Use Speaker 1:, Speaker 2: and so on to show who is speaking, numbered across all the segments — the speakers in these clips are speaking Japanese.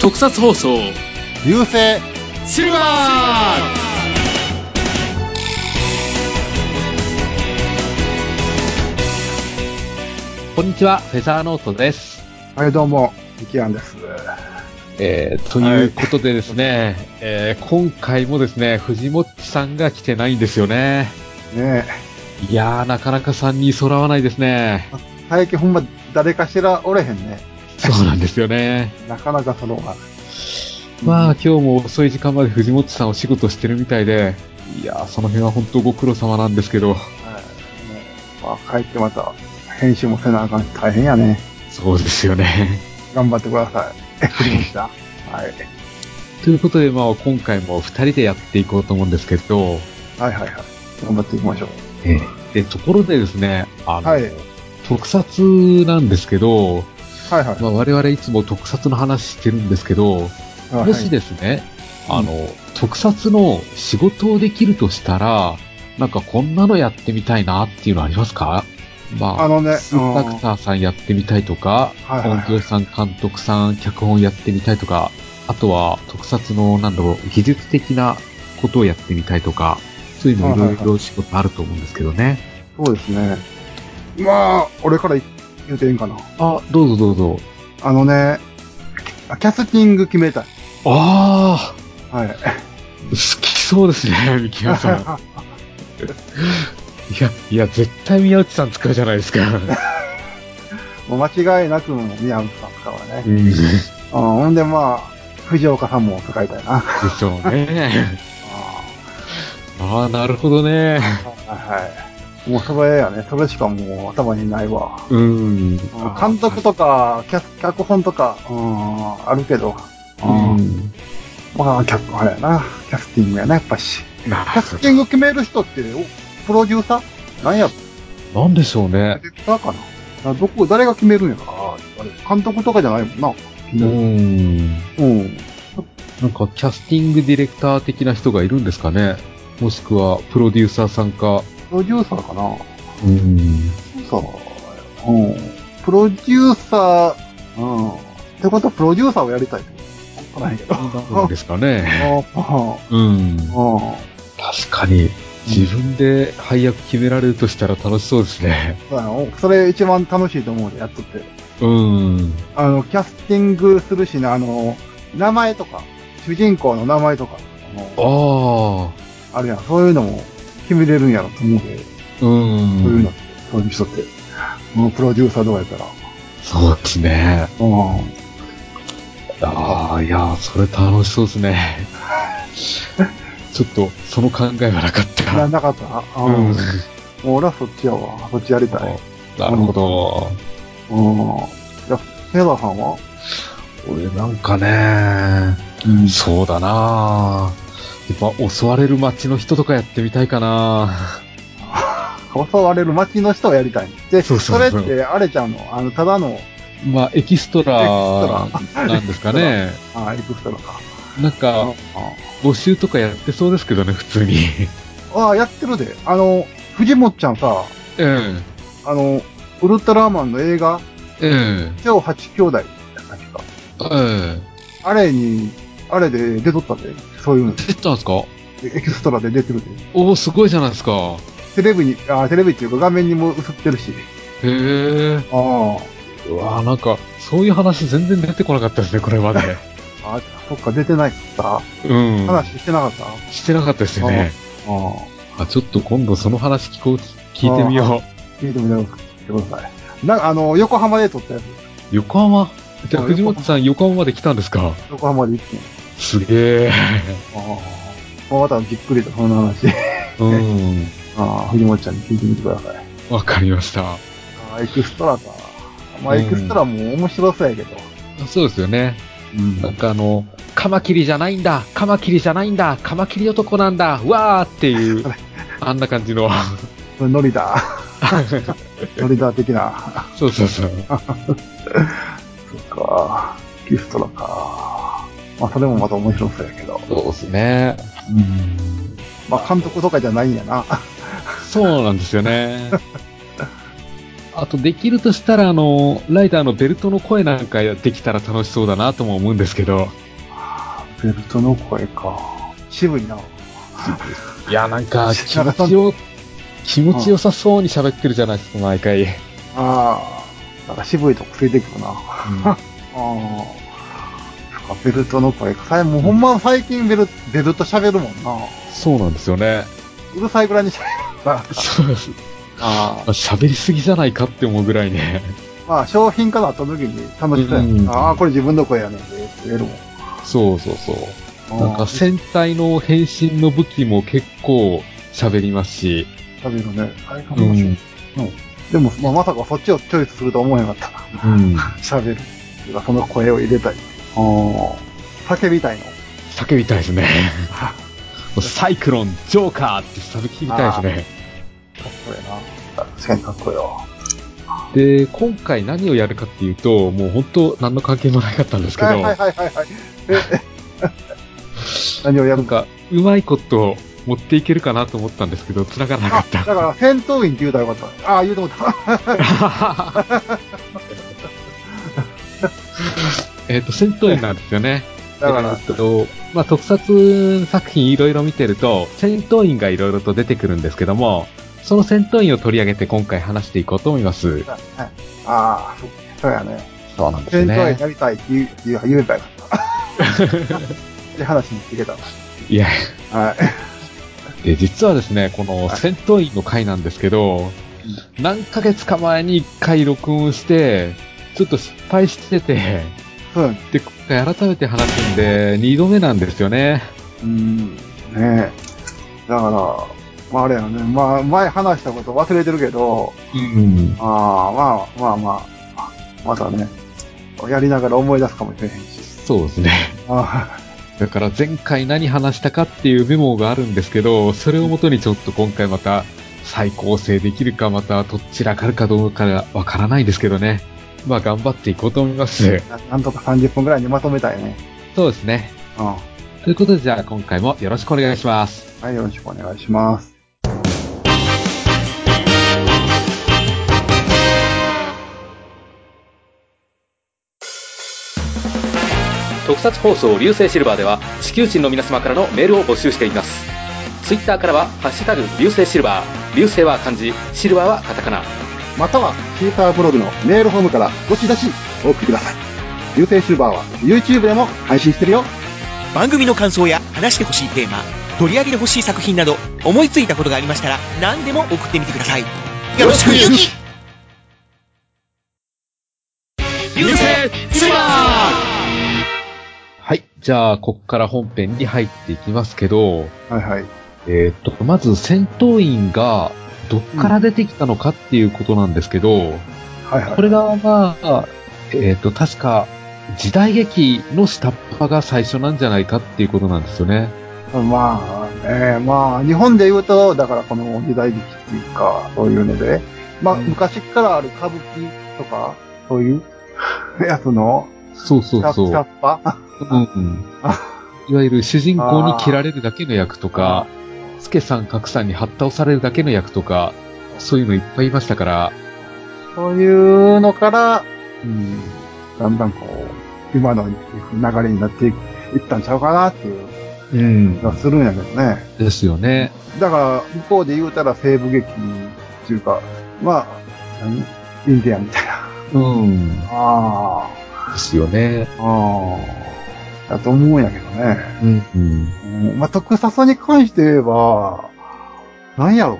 Speaker 1: 特撮放送
Speaker 2: 流星
Speaker 1: シルバ
Speaker 3: こんにちは、フェザーノートです。
Speaker 2: はい、どうも、ミキアンです。
Speaker 3: えー、ということでですね、えー、今回もですね、藤もっちさんが来てないんですよね。
Speaker 2: ね
Speaker 3: いやー、なかなか3人揃わないですね。
Speaker 2: え、最近ほんま誰かしらおれへんね。
Speaker 3: そうなんですよね。
Speaker 2: なかなかその、あ
Speaker 3: まあ、今日も遅い時間まで藤もっちさんお仕事してるみたいで、いやー、その辺は本当ご苦労様なんですけど、
Speaker 2: はいねえまあ、帰ってまた、編集もせなあかんし、大変やね。
Speaker 3: そうですよね。
Speaker 2: 頑張ってください。わかりました。はい。
Speaker 3: ということで、まあ、今回も2人でやっていこうと思うんですけど、
Speaker 2: はいはいはい。頑張っていきましょう。
Speaker 3: で、ところでですね、あの、
Speaker 2: はい
Speaker 3: 特撮なんですけど、
Speaker 2: はいはい。
Speaker 3: まあ、我々いつも特撮の話してるんですけど、
Speaker 2: はい
Speaker 3: もしですね、
Speaker 2: はい
Speaker 3: あの、特撮の仕事をできるとしたら、なんかこんなのやってみたいなっていうのありますかまあ、
Speaker 2: あのね
Speaker 3: スーパーアクターさんやってみたいとか、
Speaker 2: はいはいはい
Speaker 3: 音響さん、監督さん、脚本やってみたいとか、あとは特撮の、なんだろう、技術的なことをやってみたいとか、そういうのいろいろ仕事あると思うんですけどね。
Speaker 2: そうですね。まあ、俺から言うていいんかな。
Speaker 3: あ、どうぞどうぞ。
Speaker 2: あのね、キャスティング決めたい。
Speaker 3: ああ、
Speaker 2: はい。
Speaker 3: 好きそうですね、ミキヤ さん。いや、いや、絶対宮内さん使うじゃないですか。
Speaker 2: もう間違いなく宮内さん使うわね。
Speaker 3: うん。でし
Speaker 2: うん、ほんでまあ、藤岡さんも使いたいな。
Speaker 3: ょうね。
Speaker 2: あ
Speaker 3: ああ、なるほどね。
Speaker 2: ーはいはい。もうそれやね。それしかもう頭にないわ。
Speaker 3: うん。
Speaker 2: うん監督とか、脚脚本とか、うん、あるけど。
Speaker 3: う
Speaker 2: うん
Speaker 3: ん。
Speaker 2: まあ、脚本やな。キャスティングやな、やっぱし。
Speaker 3: な
Speaker 2: キャスティング決める人って、おプロデューサーなんや、プ
Speaker 3: なんでしょう
Speaker 2: ロ
Speaker 3: ね。
Speaker 2: デューサーかな。などこ、誰が決めるんやろな。あれ監督とかじゃないもんな。決
Speaker 3: う
Speaker 2: める。
Speaker 3: ん。
Speaker 2: うん。
Speaker 3: なんか、キャスティングディレクター的な人がいるんですかね。もしくは、プロデューサーさんか。
Speaker 2: プロデューサーかな。
Speaker 3: うん。
Speaker 2: そう。うん。プロデューサー、うん。ってことはプロデューサーをやりたい。わからへんけど。
Speaker 3: なんですかね。
Speaker 2: う
Speaker 3: うん。
Speaker 2: ん。うん。
Speaker 3: 確かに、自分で配役決められるとしたら楽しそうですね。
Speaker 2: そうやなそれ一番楽しいと思うで、やっとって。
Speaker 3: うん。
Speaker 2: あの、キャスティングするしな、あの、名前とか、主人公の名前とか、あの
Speaker 3: ああ。
Speaker 2: あるやん。そういうのも決めれるんやろと思うで、
Speaker 3: うん。
Speaker 2: そういうのって、そういう人って。うん、プロデューサーとかやったら。
Speaker 3: そうですね。
Speaker 2: うん。
Speaker 3: ああ、いやー、それ楽しそうです ね。ちょっと、その考えはなかっ
Speaker 2: な、
Speaker 3: た。
Speaker 2: なかった
Speaker 3: う
Speaker 2: うん。
Speaker 3: ん
Speaker 2: も。う俺はそっちやわ。そっちやりたい。
Speaker 3: なるほど。
Speaker 2: うん。いや、ヘラさんは
Speaker 3: 俺なんかね、
Speaker 2: うん
Speaker 3: そうだなやっぱ襲われる街の人とかやってみたいかな
Speaker 2: 襲われる街の人をやりたい。で、
Speaker 3: そうそうそう
Speaker 2: れって、あれちゃうのあの、ただの、
Speaker 3: まあ、エキストラ
Speaker 2: エキストラ
Speaker 3: なんですかね。
Speaker 2: あ、エクストラか。
Speaker 3: なんか、募集とかやってそうですけどね、普通に。
Speaker 2: ああ、やってるで。あの、藤本ちゃんさ、
Speaker 3: うん。
Speaker 2: あの、ウルトラマンの映画、
Speaker 3: うん。
Speaker 2: 超八兄弟だったっけか。
Speaker 3: うん。
Speaker 2: あれに、あれで出とったで。そういうの。
Speaker 3: 出てたんですか
Speaker 2: エキストラで出てるで。
Speaker 3: おおすごいじゃないですか。
Speaker 2: テレビに、あテレビっていうか画面にも映ってるし。
Speaker 3: へえ。
Speaker 2: あ
Speaker 3: うわぁ、なんか、そういう話全然出てこなかったですね、これまで。
Speaker 2: あ。あ、そっか、出てないか。
Speaker 3: うん。
Speaker 2: 話してなかった、あ
Speaker 3: してなかったですよね。
Speaker 2: あ。
Speaker 3: あ、ちょっと今度その話聞こう、聞いてみよ
Speaker 2: 聞いてみてください。な、あの、横浜で撮ったやつ。
Speaker 3: う。横浜じゃあ
Speaker 2: あ
Speaker 3: 藤本さん横浜まで来たんですか
Speaker 2: 横浜で行ってん。
Speaker 3: すげえ。
Speaker 2: ああ。またびっくりと、その話。
Speaker 3: う
Speaker 2: ああ、藤本ちゃんに聞いてみてください。
Speaker 3: ん。わかりました。
Speaker 2: ああ、エクストラか。まあ、
Speaker 3: うん
Speaker 2: エクストラも面白そうやけど。
Speaker 3: そうですよね。
Speaker 2: うん
Speaker 3: なんかあの、カマキリじゃないんだカマキリじゃないんだカマキリ男なんだわーっていう、あんな感じ の。
Speaker 2: それノリだ。 ノリだ的な。
Speaker 3: そうそうそう。
Speaker 2: そっか。エクストラか。まあ、それもまた面白そうやけど。
Speaker 3: そうですね。
Speaker 2: うん。まあ、監督とかじゃないんやな。
Speaker 3: そうなんですよね。 あと、できるとしたら、あの、ライダーのベルトの声なんかできたら楽しそうだなとも思うんですけど。
Speaker 2: ベルトの声か。渋いな。
Speaker 3: いや、なんか、気持ちよ、気持ちよさそうに喋ってるじゃないですか、毎回。
Speaker 2: ああ。なんか渋いと癖でくるな。ああ。そっかベルトの声か。さいもうほんま最近ベルベルト喋るもんな。
Speaker 3: そうなんですよね。
Speaker 2: うるさいぐらいに喋るな。
Speaker 3: そうです。
Speaker 2: ああ。
Speaker 3: 喋りすぎじゃないかって思うぐらいね。
Speaker 2: まあ、商品化のった時に楽しそうや
Speaker 3: うん
Speaker 2: ん。ああ、これ自分の声やねんで、って言えるもん。
Speaker 3: そうそうそう。なん
Speaker 2: あ
Speaker 3: か
Speaker 2: あ
Speaker 3: 戦隊の変身の武器も結構喋りますし、
Speaker 2: 食べるね。あれか
Speaker 3: う
Speaker 2: もしれ
Speaker 3: ん
Speaker 2: ん。でも、まあ、まさかそっちをチョイスするとは思えなかった。
Speaker 3: うん、
Speaker 2: 喋る。てかその声を入れたい。ああ。叫びたいの。
Speaker 3: 叫びたいですね。サイクロン、ジョーカーって叫びたいですね。
Speaker 2: かっこええな。確かにかっこええわ。
Speaker 3: で、今回何をやるかっていうと、もう本当何の関係もなかったんですけど、
Speaker 2: はいはいはいはいはい。 え何をや
Speaker 3: な
Speaker 2: る
Speaker 3: ん
Speaker 2: か。
Speaker 3: かうまいこと持っていけるかなと思ったんですけど、繋がらなか
Speaker 2: あ
Speaker 3: っ、
Speaker 2: だ
Speaker 3: た。
Speaker 2: から戦闘員って言うたらよかった。ああ、言うと思 った。
Speaker 3: えっと、戦闘員なんですよね。
Speaker 2: だか
Speaker 3: なん
Speaker 2: ら
Speaker 3: です、けど、まあ、特撮作品いろいろ見てると、戦闘員がいろいろと出てくるんですけども、その戦闘員を取り上げて今回話していこうと思います。
Speaker 2: はいああ、そそうやね。
Speaker 3: そうなんで
Speaker 2: 戦闘員。やりたいって言う言う言えばよかった。って話に聞けた。
Speaker 3: いや、
Speaker 2: はい。
Speaker 3: で、実はですね、この戦闘員の回なんですけど、何ヶ月か前に一回録音して、ちょっと失敗してて、
Speaker 2: そうやね。
Speaker 3: で、今回改めて話すんで、二度目なんですよね。
Speaker 2: うん。ねえ。だから、まああれやね。まあ前話したこと忘れてるけど、
Speaker 3: うん。
Speaker 2: ああ、まあまあまあ、またね、やりながら思い出すかもしれへんし。
Speaker 3: そうですね。
Speaker 2: あ
Speaker 3: だから前回何話したかっていうメモがあるんですけど、それをもとにちょっと今回また再構成できるかまたどっちらかるかどうかわからないですけどね。まあ頑張っていこうと思います。
Speaker 2: あ、なんとか30分ぐらいにまとめたいね。
Speaker 3: そうですね。
Speaker 2: うん。は
Speaker 3: ということでじゃあ今回もよろしくお願いします。
Speaker 2: い、よろしくお願いします。
Speaker 4: 特撮放送流星シルバーでは地球人の皆様からのメールを募集していますツイッターからは「ハッシュタグ流星シルバー」流星は漢字シルバーはカタカナ
Speaker 2: または、シーターブログのメールフォームからどしどしお送りください。流星シルバーは YouTube でも配信してるよ。
Speaker 5: 番組の感想や話してほしいテーマ取り上げてほしい作品など思いついたことがありましたら何でも送ってみてくださいよろしくゆき
Speaker 1: 流星シルバー
Speaker 3: はい。じゃあここから本編に入っていきますけど、
Speaker 2: はいはい。
Speaker 3: えっと、まず戦闘員がどっから出てきたのかっていうことなんですけど、
Speaker 2: はいはい。
Speaker 3: これが、まあ、えっ、と、確か、時代劇の下っ端が最初なんじゃないかっていうことなんですよね。
Speaker 2: まあね、まあ、日本で言うと、だからこの時代劇っていうか、そういうので、まあ、
Speaker 3: うん
Speaker 2: 昔からある歌舞伎とか、そう いうやつの、
Speaker 3: そうそうそ
Speaker 2: 下
Speaker 3: う
Speaker 2: っ。端
Speaker 3: うんうん
Speaker 2: あ
Speaker 3: いわゆる主人公に切られるだけの役とか、助さん格さんに発倒されるだけの役とか、そういうのいっぱいいましたから、
Speaker 2: そういうのから、うん、だんだんこう、今の流れになっていくいったんちゃうかなっていう
Speaker 3: うん
Speaker 2: 気がするんやけどね。
Speaker 3: ですよね。
Speaker 2: だから、向こうで言うたら西部劇っていうか、まあ、何インディアンみたいな。
Speaker 3: うん。で
Speaker 2: ああ。
Speaker 3: すよね。
Speaker 2: ああ、だと思うんやけどね。
Speaker 3: うん、うん。
Speaker 2: うんまあ、特撮に関して言えば、なんやろ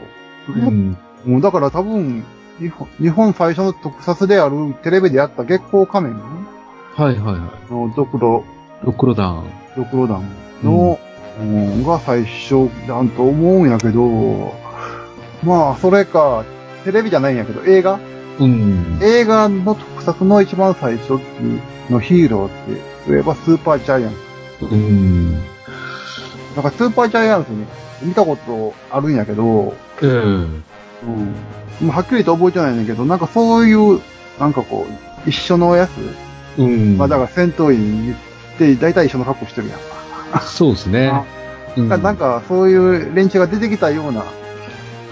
Speaker 2: う。
Speaker 3: うん。
Speaker 2: もうだから多分、日本日本最初の特撮であるテレビでやった月光仮面
Speaker 3: はいはいは
Speaker 2: のドクロ、
Speaker 3: い。ドクロダン。
Speaker 2: ドクロ団の、うんが最初なんと思うんやけど、まあ、それか、テレビじゃないんやけど、映画
Speaker 3: うん。
Speaker 2: 映画の特撮の一番最初期のヒーローって言えばスーパージャイアント
Speaker 3: うん。
Speaker 2: なんかスーパージャイアンツに見たことあるんやけど、
Speaker 3: ええ。
Speaker 2: うん。もうはっきりと覚えてないんだけど、なんかそういう、なんかこう、一緒のやつ、
Speaker 3: うん。
Speaker 2: まあだから戦闘員って、大体一緒の格好してるやん。
Speaker 3: そうですね。うん
Speaker 2: なんか、そういう連中が出てきたような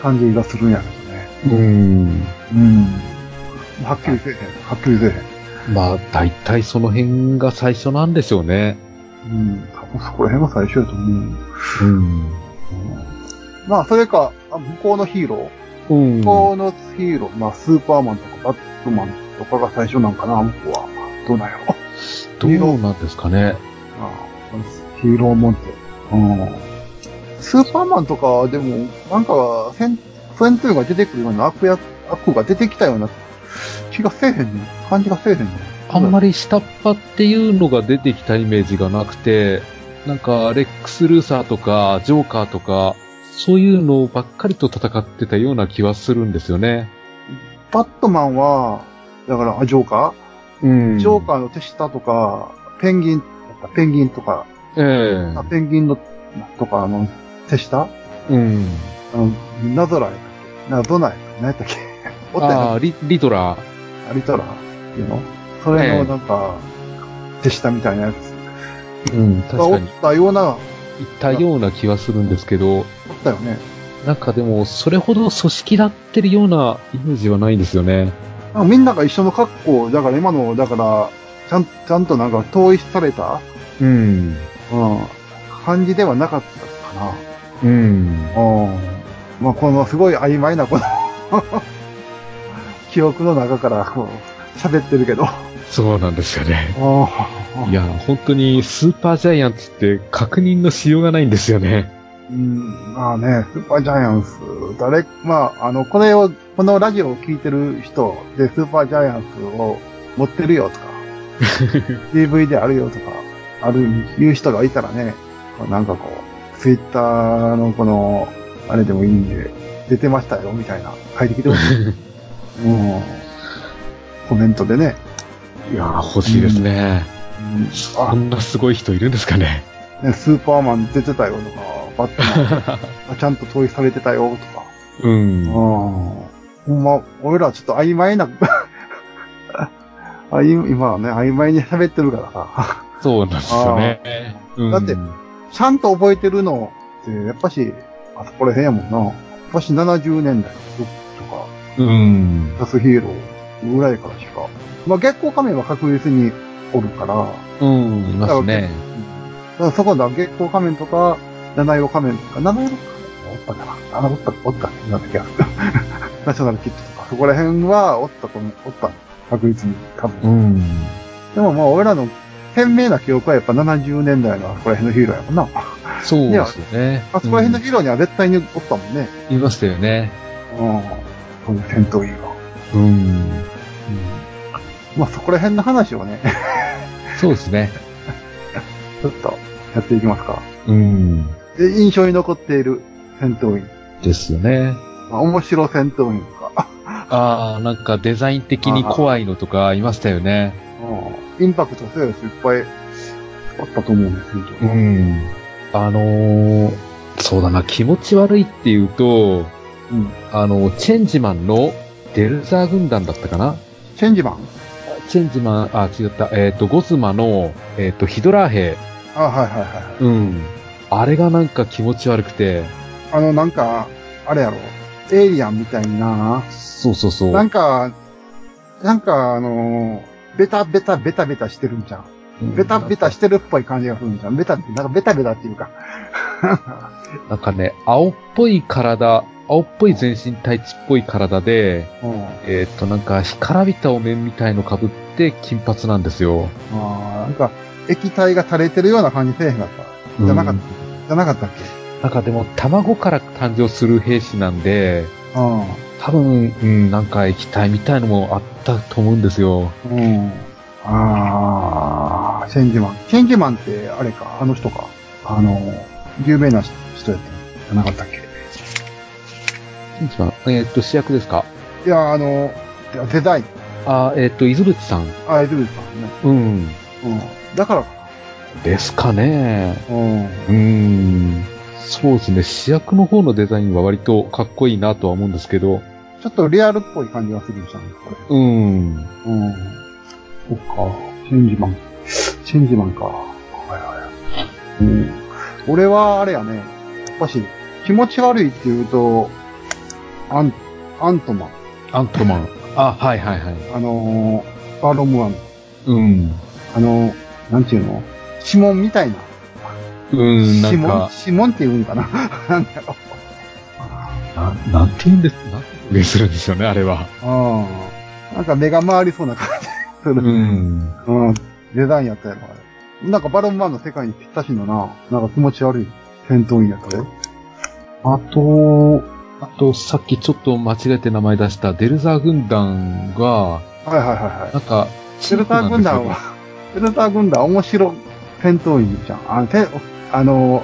Speaker 2: 感じがするんやけ
Speaker 3: う
Speaker 2: どね。
Speaker 3: ん。
Speaker 2: うん。はっきりせえへん。はっきりせえ
Speaker 3: まあ、大体その辺が最初なんでしょうね。
Speaker 2: へん。うん。多分そこら辺が最初やと思う。
Speaker 3: うん。
Speaker 2: まあ、それか、あ向こうのヒーロー。
Speaker 3: うん
Speaker 2: 向。こうのヒーロー、まあ、スーパーマンとかバットマンとかが最初なんかな、向こうは。どうなんやろ。
Speaker 3: どうなんですかね。
Speaker 2: ああヒーローモンって。うん。スーパーマンとか、でも、なんか、戦、戦闘員が出てくるような悪役、悪が出てきたような気がせえへんね。感じがせえへんね。
Speaker 3: あんま
Speaker 2: り。
Speaker 3: り下っ端っていうのが出てきたイメージがなくて、なんか、レックス・ルーサーとか、ジョーカーとか、そういうのばっかりと戦ってたような気はするんですよね。
Speaker 2: バットマンは、だから、あジョーカ
Speaker 3: うん
Speaker 2: ー、ジョーカーの手下とか、ペンギンとか、ペンギンとか、
Speaker 3: え
Speaker 2: あペンギンの、とか、あの、手下
Speaker 3: えうん。
Speaker 2: あの、ナゾラやったっけナゾナやったっけ何やったっけおったやん
Speaker 3: ああ、リ、リトラー。
Speaker 2: ありたらっていうのそれ
Speaker 3: ええ
Speaker 2: のなんか、手下みたいなやつ
Speaker 3: うん、
Speaker 2: が
Speaker 3: 確
Speaker 2: お
Speaker 3: か
Speaker 2: っ
Speaker 3: に。い
Speaker 2: たような、
Speaker 3: たような気はするんですけど、
Speaker 2: おったよね。
Speaker 3: なんかでも、それほど組織だってるようなイメージはないんですよね。
Speaker 2: なんかみんなが一緒の格好、だから今の、だから、ちゃん、ちゃんとなんか統一された、
Speaker 3: うん。
Speaker 2: うん、感じではなかったかな。
Speaker 3: うん。
Speaker 2: うん。まあ、このすごい曖昧な、この、記憶の中から、こう、喋ってるけど。
Speaker 3: そうなんですよね。
Speaker 2: うん
Speaker 3: いや、本当にスーパージャイアンツって確認のしようがないんですよね。
Speaker 2: うん、まあね、スーパージャイアンツ、誰、まあ、あの、これを、このラジオを聞いてる人で、スーパージャイアンツを持ってるよとか、DVD あるよとか、ある、いう人がいたらね、なんかこう、ツイッターのこの、あれでもいいんで、出てましたよ、みたいな、書いてきてほしい。うん。コメントでね。
Speaker 3: いやー、欲しいですね。
Speaker 2: うん、
Speaker 3: こ
Speaker 2: あ、
Speaker 3: んなすごい人いるんですかね。
Speaker 2: ねスーパーマン出てたよとか、バットマンあ、ちゃんと統一されてたよとか。
Speaker 3: うん。
Speaker 2: ああ。ほんま、俺らちょっと曖昧な、 あい今はね、曖昧に喋ってるからさ。
Speaker 3: そうなんですよね。うん
Speaker 2: だってちゃんと覚えてるのって、やっぱし、あそこら辺やもんな。やっぱし70年代とか、
Speaker 3: うん。
Speaker 2: キャスヒーローぐらいからしか。まあ月光仮面は確実におるから、
Speaker 3: うん、いますね。
Speaker 2: だからそこだ、月光仮面とか、七色仮面とか、七色仮面おったかなあ、おった、おった、なんだっけ、 ナショナルキッズとか、そこら辺はおったと思う、おった、確実に、多分。
Speaker 3: うん。
Speaker 2: でもまあ、俺らの鮮明な記憶はやっぱ70年代のあそこら辺のヒーローやもんな。
Speaker 3: そうですよね。
Speaker 2: あそこら辺の
Speaker 3: う
Speaker 2: ヒーローには絶対におったもんね。
Speaker 3: んいましたよね。
Speaker 2: うん。そういう戦闘員が。
Speaker 3: うん。
Speaker 2: まあ、そこら辺の話をね、
Speaker 3: そうですね。
Speaker 2: ちょっとやっていきますか。
Speaker 3: うん。
Speaker 2: で、印象に残っている戦闘員。
Speaker 3: ですよね。
Speaker 2: まあ、面白戦闘員とか。
Speaker 3: ああ、なんかデザイン的に怖いのとかいましたよね。
Speaker 2: うんインパクト強いやついっぱいあったと思うんですけど。
Speaker 3: ん。あのー、そうだな、気持ち悪いっていうと、
Speaker 2: うん
Speaker 3: あの、チェンジマンのデルザー軍団だったかな
Speaker 2: チェンジマン
Speaker 3: チェンジマン、あ、違った、えっ、と、ゴズマの、えっ、と、ヒドラー兵。
Speaker 2: あ、はいはいはいはい。
Speaker 3: うん。あれがなんか気持ち悪くて、
Speaker 2: あの、なんか、あれやろ。エイリアンみたいにな。
Speaker 3: そうそうそう。
Speaker 2: なんか、なんか、あのーベタベタベタベタしてるんじゃん。ベタベタしてるっぽい感じがするんじゃん。ベタって、なんかベタベタっていうか。
Speaker 3: なんかね、青っぽい体、青っぽい全身タイツっぽい体で、
Speaker 2: うん。
Speaker 3: えーっと、なんか、干からびたお面みたいの被って金髪なんですよ。
Speaker 2: あーなんか、液体が垂れてるような感じせえへんかった。じゃなかった。じゃなかったっけ
Speaker 3: なんかでも、卵から誕生する兵士なんで、
Speaker 2: うん。
Speaker 3: 多分、うん、なんか液体みたいのもあったと思うんですよ。
Speaker 2: うん。あー、チェンジマン。チェンジマンって、あれか、あの人か。あの、有名な人やったんじゃなかったっけ
Speaker 3: 一番えーっと、主役ですか
Speaker 2: いや、あの、デザイン。
Speaker 3: あー、えーっと、伊豆口さん。
Speaker 2: アイドルさんね。
Speaker 3: うん。
Speaker 2: うん。だからか
Speaker 3: ですかね。
Speaker 2: な。うん。
Speaker 3: うーん。そうですね。主役の方のデザインは割とかっこいいなとは思うんですけど、
Speaker 2: ちょっとリアルっぽい感じがするじゃん、これ。
Speaker 3: うーん。
Speaker 2: うん。そっか。チェンジマン。チェンジマンか。うん。俺は、あれやね、やっぱし、気持ち悪いって言うと、アン、アントマン。
Speaker 3: アントマン。あ、はいはいはい。
Speaker 2: あのー、バーロムワン。
Speaker 3: うん。
Speaker 2: あのー、なんていうの指紋みたいな。
Speaker 3: うん、なん
Speaker 2: 指紋
Speaker 3: か、
Speaker 2: 指紋って言うんかな なんだろう。
Speaker 3: ななんて言うんです、なんて表現するんですよね、あれは。
Speaker 2: うん。なんか目が回りそうな感じす
Speaker 3: う
Speaker 2: る。
Speaker 3: ん。
Speaker 2: うん。デザインやったやろ、あれ。なんかバロンマンの世界にぴったしのな、なんか気持ち悪い戦闘員やったで。
Speaker 3: あと、あと、さっきちょっと間違えて名前出したデルザー軍団が、
Speaker 2: はいはいはいはい
Speaker 3: なんか、。
Speaker 2: セルター軍団は、セルター軍団面白戦闘員じゃん。あの、てあの、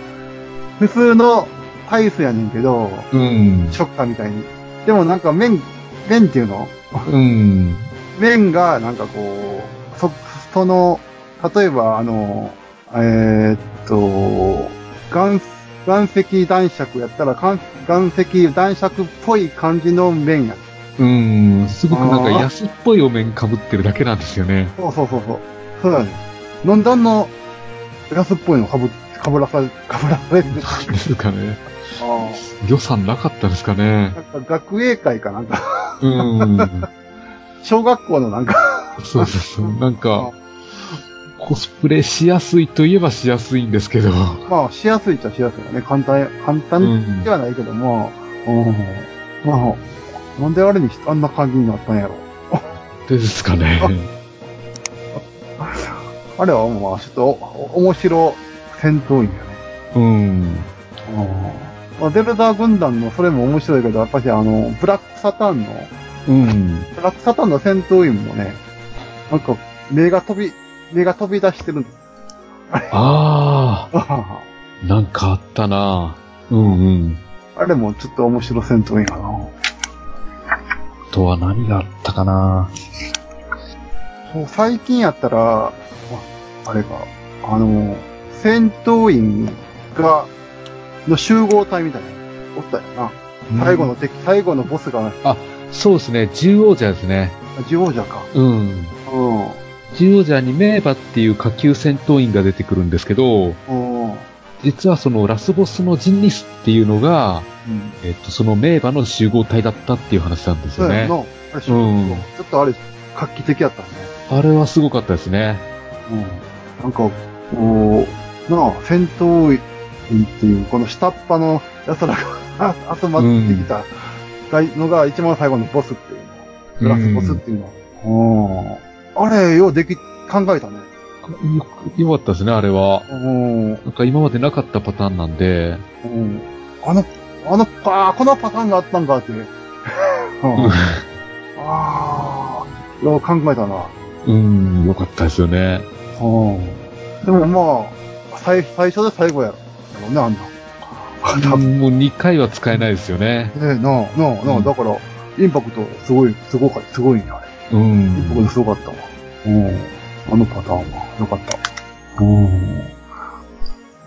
Speaker 2: 普通のタイスやねんけど、
Speaker 3: チームなんです
Speaker 2: ショッカーみたいに。でもなんか面、面っていうの
Speaker 3: よ。うん。うん。
Speaker 2: 面がなんかこう、そ、その、例えばあの、えーっと、岩、岩石男爵やったら、岩岩石男爵っぽい感じの面や。
Speaker 3: うん。すごくなんか
Speaker 2: あー
Speaker 3: 安っぽいお面被ってるだけなんですよね。
Speaker 2: そうそうそうそう。そうだね。のんだんの、安っぽいのかぶ、かぶらされ、かぶらされてる。
Speaker 3: なんですかね。
Speaker 2: あ
Speaker 3: 予算なかったですかね
Speaker 2: あ。。なんか学芸会かなんか、
Speaker 3: うん。
Speaker 2: 小学校のなんか、
Speaker 3: そうそうそう。なんか、コスプレしやすいといえばしやすいんですけど。
Speaker 2: まあ、しやすいっちゃしやすいよね。簡単、簡単ではないけども、うんまあ、なんであれにしあんな感じになったんやろ。
Speaker 3: ですかね。
Speaker 2: あれはまあ、ちょっと、お面白戦闘員やね。
Speaker 3: うん。
Speaker 2: うんまあ、デルダー軍団のそれも面白いけど、やっぱりあの、ブラックサターンの、
Speaker 3: うん。
Speaker 2: ブラックサターンの戦闘員もね、なんか、目が飛び、目が飛び出してる。
Speaker 3: あ
Speaker 2: あ
Speaker 3: あ、なんかあったな。うんうん。
Speaker 2: れもちょっと面白戦闘員かな。
Speaker 3: あとは何があったかな。
Speaker 2: そう最近やったら、ああれか、あの、戦闘員が、の集合体みたいな、おったよな。最後
Speaker 3: の。
Speaker 2: の敵、最後のボスが、
Speaker 3: そうですね。十王者ですね。
Speaker 2: ジオージャか。
Speaker 3: うん。
Speaker 2: うん。
Speaker 3: 十王者に名馬っていう下級戦闘員が出てくるんですけど、
Speaker 2: うん。うん。
Speaker 3: 実はそのラスボスのジンニスっていうのが、えっと、その名馬の集合体だったっていう話なんです
Speaker 2: そ
Speaker 3: よ
Speaker 2: うや
Speaker 3: ね
Speaker 2: んな。。あれ、ち
Speaker 3: うん
Speaker 2: ょっとあれ、画期的やったね。
Speaker 3: あれはすごかったですね。
Speaker 2: うん。なんか、こう、なあ、戦闘員っていう、この下っ端の奴らが 集まってきたのが一番最後のボスっていうの。グラスボスっていうのは。うん。あれ、ようでき、考えたね。
Speaker 3: うんよくよかったですね、あれは。
Speaker 2: うん。
Speaker 3: なんか今までなかったパターンなんで、
Speaker 2: うん。あの、あの、あーこのパターンがあったんかって。うん。ああ、よう考えたな。
Speaker 3: うん、よかったですよね。
Speaker 2: うん。でもまあ、最、最初で最後やろ。だろうね、あんな。
Speaker 3: うんもう2回は使えないですよね。
Speaker 2: ねえ、なあ、なあ、なあ、
Speaker 3: うん
Speaker 2: だから、インパクト、すごい、すごかすごいね、あれ。
Speaker 3: う
Speaker 2: インパク
Speaker 3: ん
Speaker 2: ト。すごかったわ。うん。あのパターンは、よかった。うん。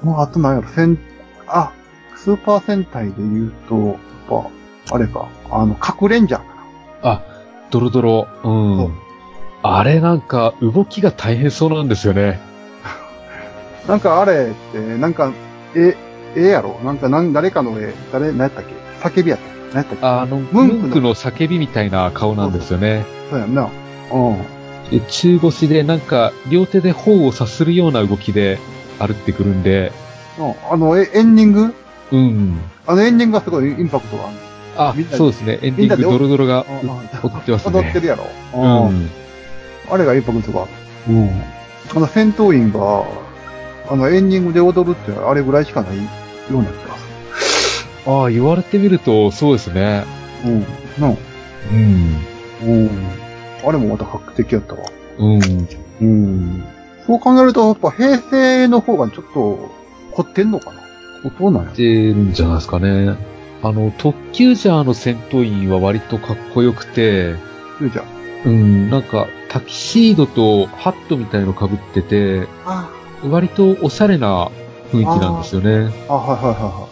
Speaker 2: まあ、あとなんやろ、戦、あ、スーパー戦隊で言うと、やっぱ、あれか、あの、核レンジャーか
Speaker 3: あ、ドロドロ。う。
Speaker 2: そうん
Speaker 3: あれなんか動きが大変そうなんですよね。
Speaker 2: な。なんかあれって、なんか、え、えやろなんか、なん、誰かの絵、誰、何やったっけ叫びやったっけ何やったっけ
Speaker 3: あの、
Speaker 2: ムンクの
Speaker 3: ムンクの叫びみたいな顔なんですよね。
Speaker 2: そうやんな。うん。
Speaker 3: で中腰でなんか両手で頬をさするような動きで歩ってくるんで、
Speaker 2: うんあの、え、エンディング
Speaker 3: うん。
Speaker 2: あのエンディングがすごいインパクトがある。
Speaker 3: あ
Speaker 2: みんな、で
Speaker 3: そうですね。エンデ
Speaker 2: み
Speaker 3: ィ
Speaker 2: んな
Speaker 3: ング
Speaker 2: で
Speaker 3: ドロドロが
Speaker 2: うんうん
Speaker 3: 追ってます
Speaker 2: 踊って
Speaker 3: ね。
Speaker 2: るやろ。
Speaker 3: う
Speaker 2: うん
Speaker 3: ん。
Speaker 2: あれがインパクトがある。うん。あの、戦闘員が、あの、エンディングで踊るって、あれぐらいしかないような気がす
Speaker 3: ああ、言われてみるとそうですね。
Speaker 2: る。うん。なあ
Speaker 3: うん。
Speaker 2: うん。あれもまた画期的やったわ。
Speaker 3: うん。
Speaker 2: うん。そう考えると、やっぱ平成の方がちょっと、凝ってんのかなそうなんや。
Speaker 3: ってるんじゃないですかね。あの、特急ジャーの戦闘員は割とかっこよくて、
Speaker 2: ゆうちゃん。
Speaker 3: うん、なんか、タキシードとハットみたいの被ってて、
Speaker 2: あ
Speaker 3: 割とおしゃれな雰囲気なんですよね。
Speaker 2: あ、はいはいはいはい。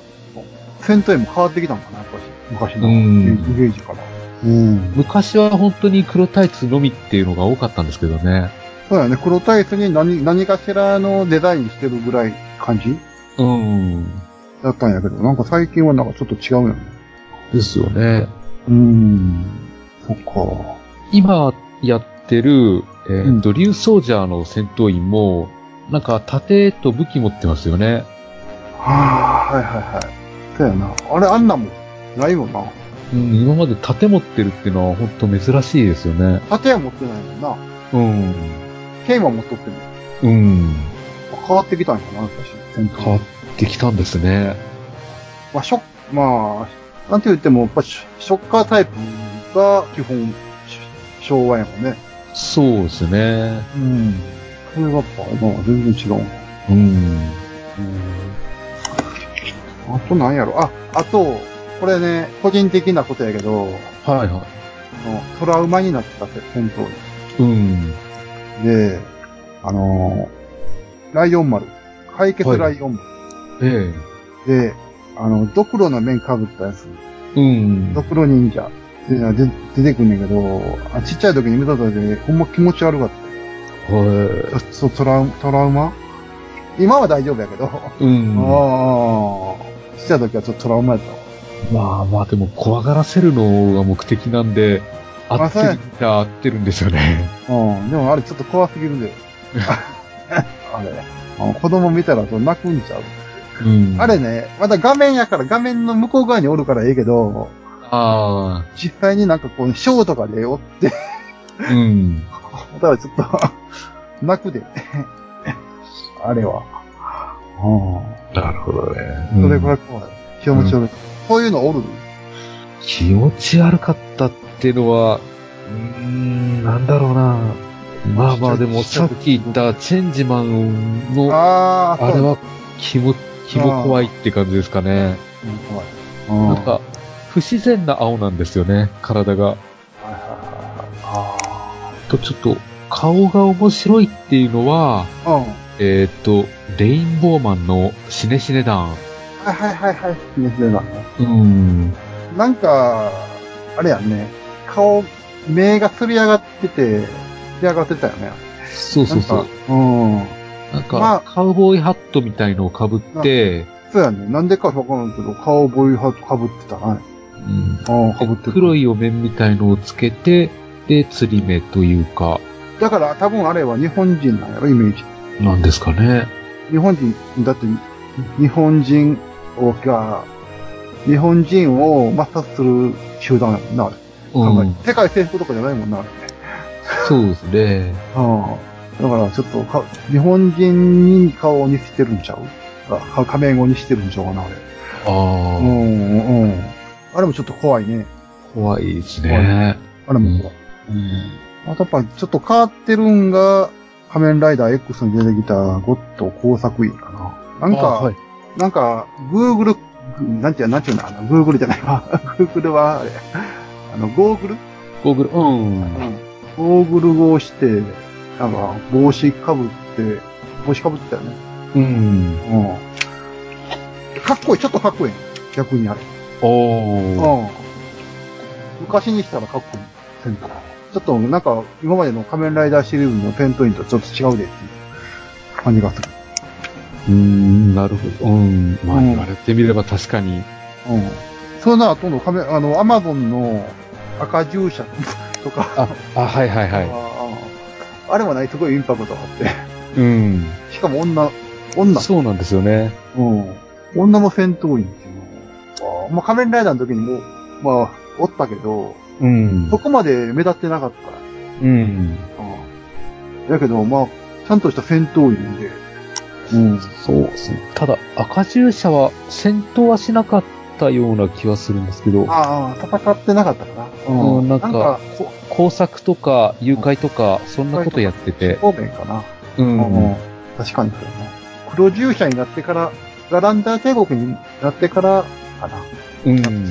Speaker 2: 戦闘員も変わってきたんかな、やっぱし。昔の
Speaker 3: う
Speaker 2: イ
Speaker 3: ん
Speaker 2: メージから。うん。
Speaker 3: 昔は本当に黒タイツのみっていうのが多かったんですけどね。
Speaker 2: そうだよね。黒タイツに何、何かしらのデザインしてるぐらい感じ
Speaker 3: うん。
Speaker 2: だったんやけど、なんか最近はなんかちょっと違うよね。
Speaker 3: ですよね。
Speaker 2: うーん。そっか。
Speaker 3: 今やってる、えっ、と、リュウソージャーの戦闘員も、なんか盾と武器持ってますよね。
Speaker 2: はあ、はいはいはい。そうやな。あれ、あんなもん、ないもんな。
Speaker 3: うん、今まで盾持ってるっていうのは本当珍しいですよね。
Speaker 2: 盾は持ってないもんな。
Speaker 3: うん。
Speaker 2: 剣は持っとっても。
Speaker 3: うん。
Speaker 2: 変わってきたんやな、私。戦闘
Speaker 3: 変わってきたんですね。
Speaker 2: まあ、ショッまあ、なんて言っても、やっぱショショッカータイプが基本、し昭和やもんね。
Speaker 3: そうですね。
Speaker 2: うん。それがやっぱ、まあ、全然違う。
Speaker 3: うん。
Speaker 2: あとなんやろあ、あと、これね、個人的なことやけど、
Speaker 3: はいは
Speaker 2: あのトラウマになったって、戦闘
Speaker 3: い。うん。
Speaker 2: にで、あのーライオン丸、解決ライオン丸、
Speaker 3: え
Speaker 2: で、あの、ドクロの面かぶったやつ、
Speaker 3: え。うん。
Speaker 2: ドクロ忍者っていうのが出出てくんねんけど、あちっちゃい時に見た時に、ほんま気持ち悪かっ
Speaker 3: は
Speaker 2: た。そう、トラウトラウマ今は大丈夫やけど、
Speaker 3: い。うん。
Speaker 2: ああ、ちっちゃい時はちょっとトラウマやったわ。
Speaker 3: まあまあ、でも怖がらせるのが目的なんで、合ってるんだ、合ってるんですよ ね。
Speaker 2: うん、でもあれちょっと怖すぎるで。 あれ、あの子供見たらそう泣くんちゃう。
Speaker 3: うん。
Speaker 2: あれね、まだ画面やから画面の向こう側におるからええけど、
Speaker 3: あ
Speaker 2: 実際になんかこう、ショーとかでおって、
Speaker 3: あ、うん。
Speaker 2: おったらちょっと、 泣くで。 あれは。う
Speaker 3: なるほどね。
Speaker 2: ん。それぐらい怖い。気持ち悪い。そういうのおる
Speaker 3: 気持ち悪かったっていうのは、うーん、なんだろうな。まあまあ、でもさっき言ったチェンジマンの、あ
Speaker 2: ああ、
Speaker 3: れ
Speaker 2: そう
Speaker 3: は気も、気も怖いって感じですかね。
Speaker 2: うん怖い。う
Speaker 3: なんか、不自然な青なんですよね、体が。
Speaker 2: はいはいはいはい
Speaker 3: と、ちょっと、顔が面白いっていうのは、
Speaker 2: ああ。うん。
Speaker 3: えーっ、と、レインボーマンのシネシネダン。
Speaker 2: はいはいはいはい。ね、そういうの
Speaker 3: うん。
Speaker 2: なんか、あれやんね、顔、目がすり上がってて、すり上がってたよね。
Speaker 3: そうそうそう。
Speaker 2: なんか
Speaker 3: なんか、
Speaker 2: まあ
Speaker 3: カウボーイハットみたいのをかぶって、
Speaker 2: うん。そうやね。なんでかわからんけど、顔ボイハートかぶってたな。
Speaker 3: うん、
Speaker 2: ああ、かぶってた。
Speaker 3: 黒
Speaker 2: い。
Speaker 3: いお面みたいのをつけて、で、釣り目というか、
Speaker 2: だから多分あれは日本人なんやろ、イメージ。
Speaker 3: なんですかね。
Speaker 2: 日本人、だって、日本人を、が、日本人を抹殺する集団やもんな、あれ。
Speaker 3: う
Speaker 2: 考
Speaker 3: ん
Speaker 2: え、世界征服とかじゃないもんな、あれ。
Speaker 3: そうですね。
Speaker 2: ああ。だからちょっとか、日本人に顔にしてるんちゃうか仮面語にしてるんちゃうかな、あれ。
Speaker 3: ああ、
Speaker 2: うん、うん。あれもちょっと怖いね。
Speaker 3: 怖いですね。
Speaker 2: あれも怖い。うん。あとやっぱちょっと変わってるんが、仮面ライダー X に出てきたゴッド工作員かな。なんか、
Speaker 3: あはい
Speaker 2: なんか、Google、なんていうの、なんていうの、あの Google じゃないわ。Google は、あれ、あの、ゴーグル
Speaker 3: ゴーグル、うん。
Speaker 2: ゴーグルをして、なんか、帽子かぶって、帽子かぶってたよね。
Speaker 3: うん。
Speaker 2: うん。かっこいい、ちょっとかっこいい。逆にあれ。
Speaker 3: おー。
Speaker 2: うん。昔にしたらかっこいい。戦闘。ちょっとなんか、今までの仮面ライダーシリーズのペントインとちょっと違うでっていう感じがする。
Speaker 3: うーん、なるほど。うん。まあ、
Speaker 2: うん
Speaker 3: 言われてみれば確かに。
Speaker 2: うん。その後の仮面、あの、アマゾンの赤従者とか、
Speaker 3: あ、あ、はいはいは
Speaker 2: あああれもない、すごいインパクトがあっ
Speaker 3: い。うん。
Speaker 2: て。しかも女、女。
Speaker 3: そうなんですよね。
Speaker 2: うん。女の戦闘員っていうのは、まあ、仮面ライダーの時にも、まあ、おったけど、
Speaker 3: うん
Speaker 2: そ。こまで目立ってなかった。
Speaker 3: うん。
Speaker 2: うんだけど、まあ、ちゃんとした戦闘員で、うん。
Speaker 3: そうですね。ただ、赤従者は戦闘はしなかったような気はするんですけど、
Speaker 2: ああ、戦ってなかったかな。
Speaker 3: うんなんか
Speaker 2: こ
Speaker 3: 工作とか誘拐とか、そんなことやってて。
Speaker 2: 方面かな。
Speaker 3: う
Speaker 2: うん。確かにそうやな。黒従者になってから、ガランダー帝国になってから、かな。
Speaker 3: うん。
Speaker 2: 戦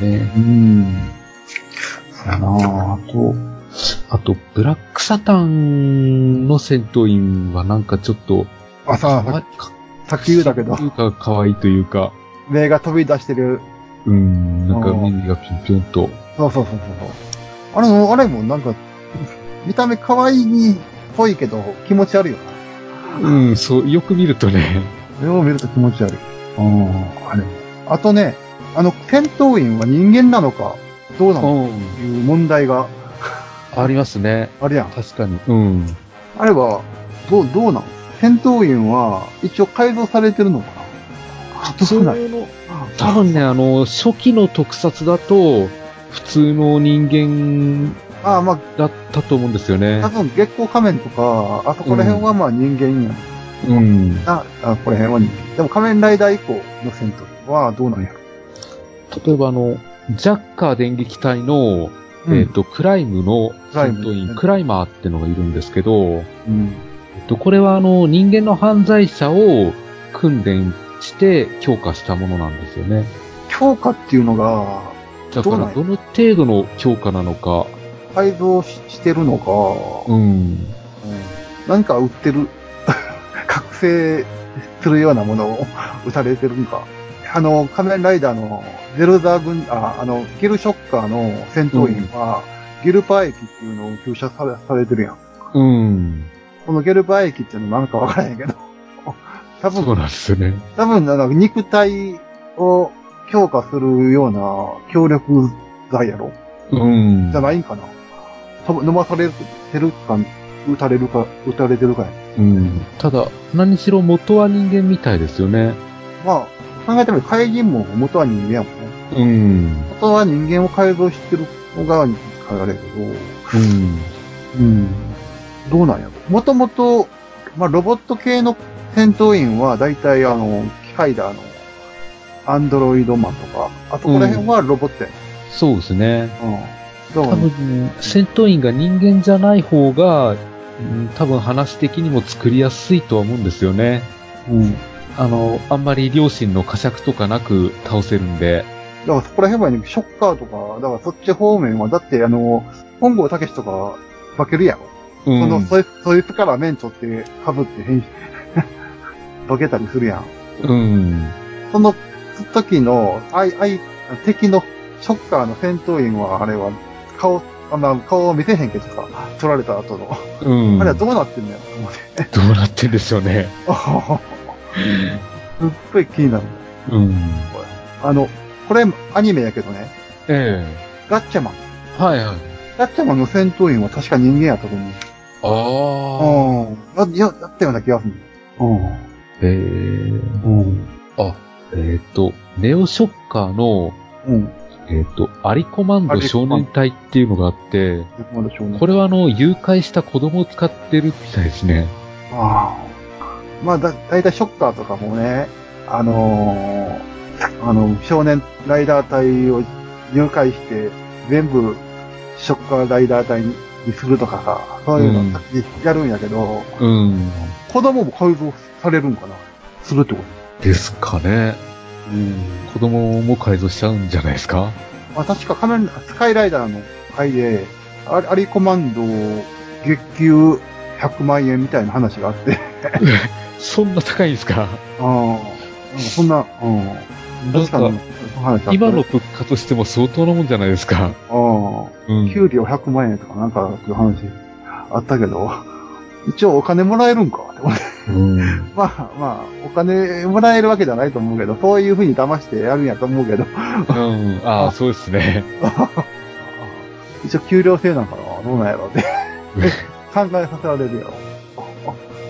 Speaker 3: ね。
Speaker 2: うん。そうやなあと、
Speaker 3: あと、ブラックサタンの戦闘員はなんかちょっと、
Speaker 2: あさ
Speaker 3: かわ
Speaker 2: あ、
Speaker 3: い
Speaker 2: さっき言うだけど
Speaker 3: とい、うか、可愛いというか、
Speaker 2: 目が飛び出してる
Speaker 3: うん、なんか
Speaker 2: あー
Speaker 3: 耳がピュンピュンと。
Speaker 2: そうそうそうそうそう。あれも、あれもなんか、見た目可愛いに、ぽいけど、気持ち悪いよな。
Speaker 3: うん、そう、よく見るとね。
Speaker 2: それを見ると気持ち悪い。うん、あれ。あとね、あの、戦闘員は人間なのか、どうなの
Speaker 3: ん。
Speaker 2: かっていう問題が
Speaker 3: ありますね。
Speaker 2: あるやん。
Speaker 3: 確かに。うん。
Speaker 2: あれは、どう、どうなの戦闘員は、一応改造されてるのかなあ、
Speaker 3: 普
Speaker 2: 少
Speaker 3: 通
Speaker 2: ない。
Speaker 3: の、多分ね、あの、初期の特撮だと、普通の人間
Speaker 2: ああ、まあ、
Speaker 3: だったと思うんですよね
Speaker 2: 多。分月光仮面とか、あそこら辺はまあ人間やん。
Speaker 3: うん。
Speaker 2: あ、あここら辺は人間。でも仮面ライダー以降の戦闘員はどうなんやろ
Speaker 3: 例えばあの、ジャッカー電撃隊の、
Speaker 2: うん
Speaker 3: えっ、と、クライムの戦闘員、
Speaker 2: クライム
Speaker 3: クライマーってのがいるんですけど、
Speaker 2: うん。
Speaker 3: えっと、これはあの、人間の犯罪者を訓練して強化したものなんですよね。
Speaker 2: 強化っていうのが、
Speaker 3: だ
Speaker 2: ど
Speaker 3: か
Speaker 2: うな
Speaker 3: ら、
Speaker 2: ん
Speaker 3: どの程度の強化なのか、
Speaker 2: 改造ししてるのか、
Speaker 3: うん。
Speaker 2: 何か売ってる、 覚醒するようなものを打たれてるんか。あの、仮面ライダーのゼルザ軍、あ、あの、ギルショッカーの戦闘員は、ゲルパー駅っていうのを注射されされてるやん。
Speaker 3: うん。
Speaker 2: このゲルパー駅っていうのなんかわからへんけど、 多分
Speaker 3: そうなんですよね。
Speaker 2: 多分、あの、肉体を強化するような協力剤やろ
Speaker 3: うん。
Speaker 2: じゃないんかな多分飲まされてるか、撃たれるか、撃たれてるかや。
Speaker 3: うん。ただ、何しろ元は人間みたいですよね。
Speaker 2: まあ、考えてみる怪人も元は人間やもんね。
Speaker 3: うん。
Speaker 2: 元は人間を改造してるのが使われるけど、
Speaker 3: うん。
Speaker 2: うん。どうなんやろもともと、まあ、ロボット系の戦闘員は、だいたいあの、機械だ、あの、アンドロイドマンとか、あとこら辺はロボットや。
Speaker 3: そうですね。
Speaker 2: うん。だか
Speaker 3: 多
Speaker 2: ら
Speaker 3: 分、戦闘員が人間じゃない方が、うん多分話的にも作りやすいとは思うんですよね。
Speaker 2: うん。だ
Speaker 3: あの、あんまり両親の呵責とかなく倒せるんで。
Speaker 2: からそこら辺はね、ショッカーとか、だからそっち方面は、だってあの、本郷武とか、化けるやろ。
Speaker 3: う
Speaker 2: そ
Speaker 3: ん。
Speaker 2: の、そいそいつから面取って、かぶって変身、 化けたりするやん。
Speaker 3: うん。
Speaker 2: その時の、あい、あい、敵のショッカーの戦闘員は、あれは、顔、あまあ、顔を見せへんけどさ、取られた後の。
Speaker 3: うん。
Speaker 2: あれはどうなってんのやと思って。
Speaker 3: どうなってんでしょうね。
Speaker 2: すっごい気になる。
Speaker 3: うん。
Speaker 2: あの、これ、アニメやけどね、
Speaker 3: え
Speaker 2: ガッチャマン。
Speaker 3: えはいはい。
Speaker 2: ガッチャマンの戦闘員は確か人間やったと思う。
Speaker 3: ああ。
Speaker 2: うん。や、ややったような気がする。う
Speaker 3: ええ
Speaker 2: ん。うん。
Speaker 3: あ、えっ、と、ネオショッカーの、
Speaker 2: うん。
Speaker 3: えっ、と、アリコマンド少年隊っていうのがあって、
Speaker 2: まだしょうがない
Speaker 3: これはあの、誘拐した子供を使ってるみたいですね。
Speaker 2: ああ。まあ、だ、だいたいショッカーとかもね、あのーあの、少年ライダー隊を誘拐して、全部、ショッカーライダー隊にするとかさ、そういう
Speaker 3: うん
Speaker 2: のやるんやけど、
Speaker 3: うん。
Speaker 2: 子供も改造されるんかなするってこと
Speaker 3: ですかね。
Speaker 2: うん。
Speaker 3: 子供も改造しちゃうんじゃないですか
Speaker 2: まあ、確か仮面、スカイライダーの回で、アリアリコマンド、月給100万円みたいな話があって、
Speaker 3: そんな高いんですか
Speaker 2: ああ、なんかそんな、うん。
Speaker 3: なん
Speaker 2: 確か
Speaker 3: か
Speaker 2: に、、話あったね
Speaker 3: 今の物価としても相当なもんじゃないですか。
Speaker 2: あ
Speaker 3: う
Speaker 2: あ、
Speaker 3: ん。
Speaker 2: 給料100万円とかなんかっていう話あったけど、一応お金もらえるんかって思って
Speaker 3: うん。
Speaker 2: まあまあ、お金もらえるわけじゃないと思うけど、そういうふうに騙してやるんやと思うけど、
Speaker 3: うん。ああ、そうですね。
Speaker 2: 一応給料制なんかなどうなんやろ うって考えさせられるやろ。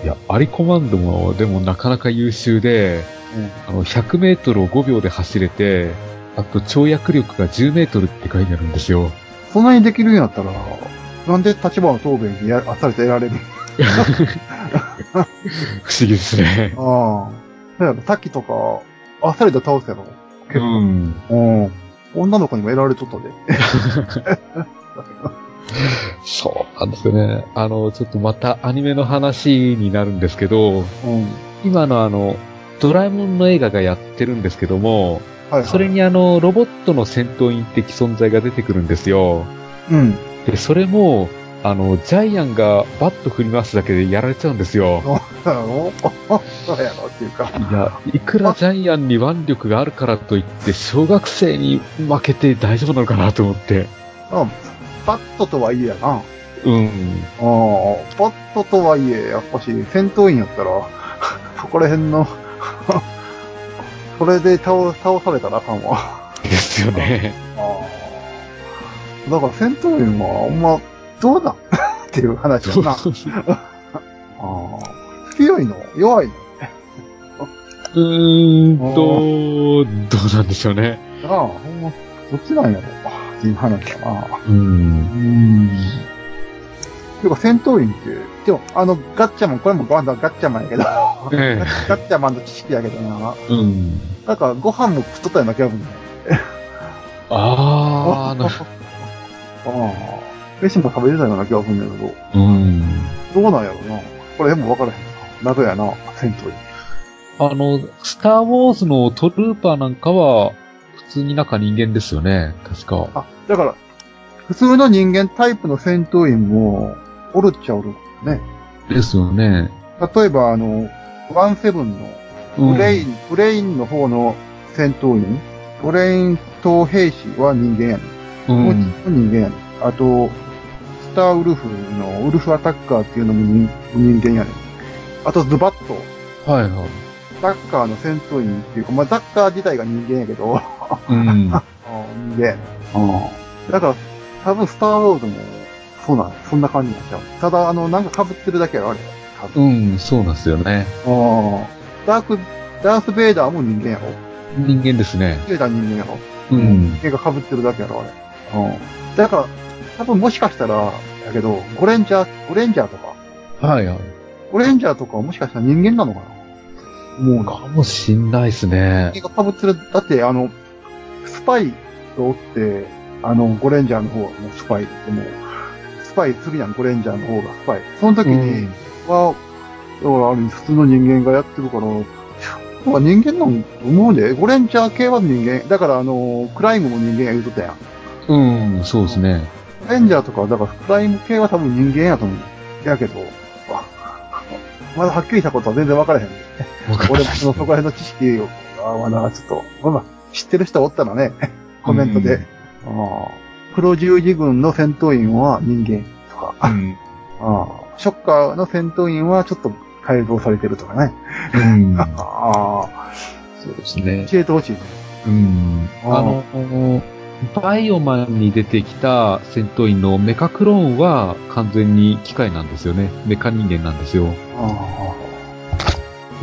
Speaker 3: いや、アリコマンドも、でもなかなか優秀で、
Speaker 2: うん
Speaker 3: あの、100メートルを5秒で走れて、あと、跳躍力が10メートルって書いてあるんですよ。
Speaker 2: そんなにできるんやったら、なんで立花東弁にやあっさりとやられる
Speaker 3: 不思議ですね。
Speaker 2: ああ。そうやろ、さっきとか、あっさりと倒すやろ。
Speaker 3: う
Speaker 2: 結構
Speaker 3: ん。
Speaker 2: うん。女の子にもやられとったで。
Speaker 3: そうなんですよね。あの、ちょっとまたアニメの話になるんですけど、
Speaker 2: うん。
Speaker 3: 今のあの、ドラえもんの映画がやってるんですけども、
Speaker 2: はい、はい。
Speaker 3: それにあの、ロボットの戦闘員的存在が出てくるんですよ。
Speaker 2: うん。
Speaker 3: で、それも、あの、ジャイアンがバット振り回すだけでやられちゃうんですよ。
Speaker 2: そうやろ そうやろっていうか。
Speaker 3: いや、いくらジャイアンに腕力があるからといって、小学生に負けて大丈夫なのかなと思って。
Speaker 2: うんバットとはいえやな。
Speaker 3: うん。
Speaker 2: あーパッととはいえ、やっぱし戦闘員やったら、 そこら辺の、それで倒倒されたらあかんわ。
Speaker 3: ですよね。
Speaker 2: あーだから戦闘員は、ほん ま、どうだっていう話やな。あー強いの弱いの
Speaker 3: うーんと、どうなんでしょうね。
Speaker 2: なあ、ほんま、どっちなんやろっていう話やな。
Speaker 3: うん。
Speaker 2: うん。ていうか戦闘員って、でも、あの、ガッチャマン、これもガンダガッチャマンやけど、
Speaker 3: え
Speaker 2: ガッチャマンの知識やけどな。
Speaker 3: え。うん。
Speaker 2: なんか、ご飯も食っとったような気がするね。
Speaker 3: ああ、なる
Speaker 2: ああ。飯も食べれたような気がするんだけ
Speaker 3: うん。
Speaker 2: ど、どうなんやろな。これでも分からへんな。謎やな、戦闘員。
Speaker 3: あの、スター・ウォーズのトルーパーなんかは、普通になんか人間ですよね。確か。
Speaker 2: あ、だから、普通の人間タイプの戦闘員も、おるっちゃおるね。
Speaker 3: ですよね。
Speaker 2: 例えば、あの、ワンセブンの、
Speaker 3: うん
Speaker 2: ブレイン、ブレインの方の戦闘員、ブレイン等兵士は人間やね。
Speaker 3: うん。
Speaker 2: もうん人間やねん。あと、スターウルフのウルフアタッカーっていうのも人人間やねん。あと、ズバット。
Speaker 3: はいはい。
Speaker 2: ザッカーの戦闘員っていうか、まあ、ザッカー自体が人間やけど、
Speaker 3: うん。
Speaker 2: 人間やねん。だから、多分スターウォーズも、そうなんそんな感じなんちゃう。ただ、あの、なんか被ってるだけやろ、あれ。多分。
Speaker 3: うん、そうなんですよね。
Speaker 2: ああ。ダーク、ダース・ベイダーも人間やろ。
Speaker 3: 人間ですね。
Speaker 2: ベイダー人間やろ。
Speaker 3: うん。
Speaker 2: 毛が被ってるだけやろ、あれ。うん。だから、多分もしかしたら、だけど、ゴレンジャー、ゴレンジャーとか、
Speaker 3: はいはい。
Speaker 2: ゴレンジャーとかはもしかしたら人間なのかな思う
Speaker 3: か
Speaker 2: な。
Speaker 3: もしんないですね
Speaker 2: 毛。が被ってる、だって、あの、スパイとおって、あの、ゴレンジャーの方はもうスパイでもう、スパイするやん、ゴレンジャーの方がスパイ。その時には、だからあれ普通の人間がやってるから、なんか人間なんと思うで、ゴレンジャー系は人間、だからあの、クライムも人間や言うとったやん。
Speaker 3: うん、そうですね。
Speaker 2: レンジャーとかは、だからクライム系は多分人間やと思う。やけど、あまだはっきりしたことは全然分からへん。
Speaker 3: わか
Speaker 2: 俺もそのそこら辺の知識を、あまだちょっと、まあまあ、知ってる人おったらね、 コメントで、ああ黒十字軍の戦闘員は人間とか、
Speaker 3: う
Speaker 2: あ
Speaker 3: ん。
Speaker 2: あショッカーの戦闘員はちょっと改造されてるとかね。
Speaker 3: うん。
Speaker 2: ああ、
Speaker 3: そうですね。
Speaker 2: 教えてほしいね。
Speaker 3: うん。
Speaker 2: あ
Speaker 3: あの、バイオマンに出てきた戦闘員のメカクローンは完全に機械なんですよね。メカ人間なんですよ。
Speaker 2: ああ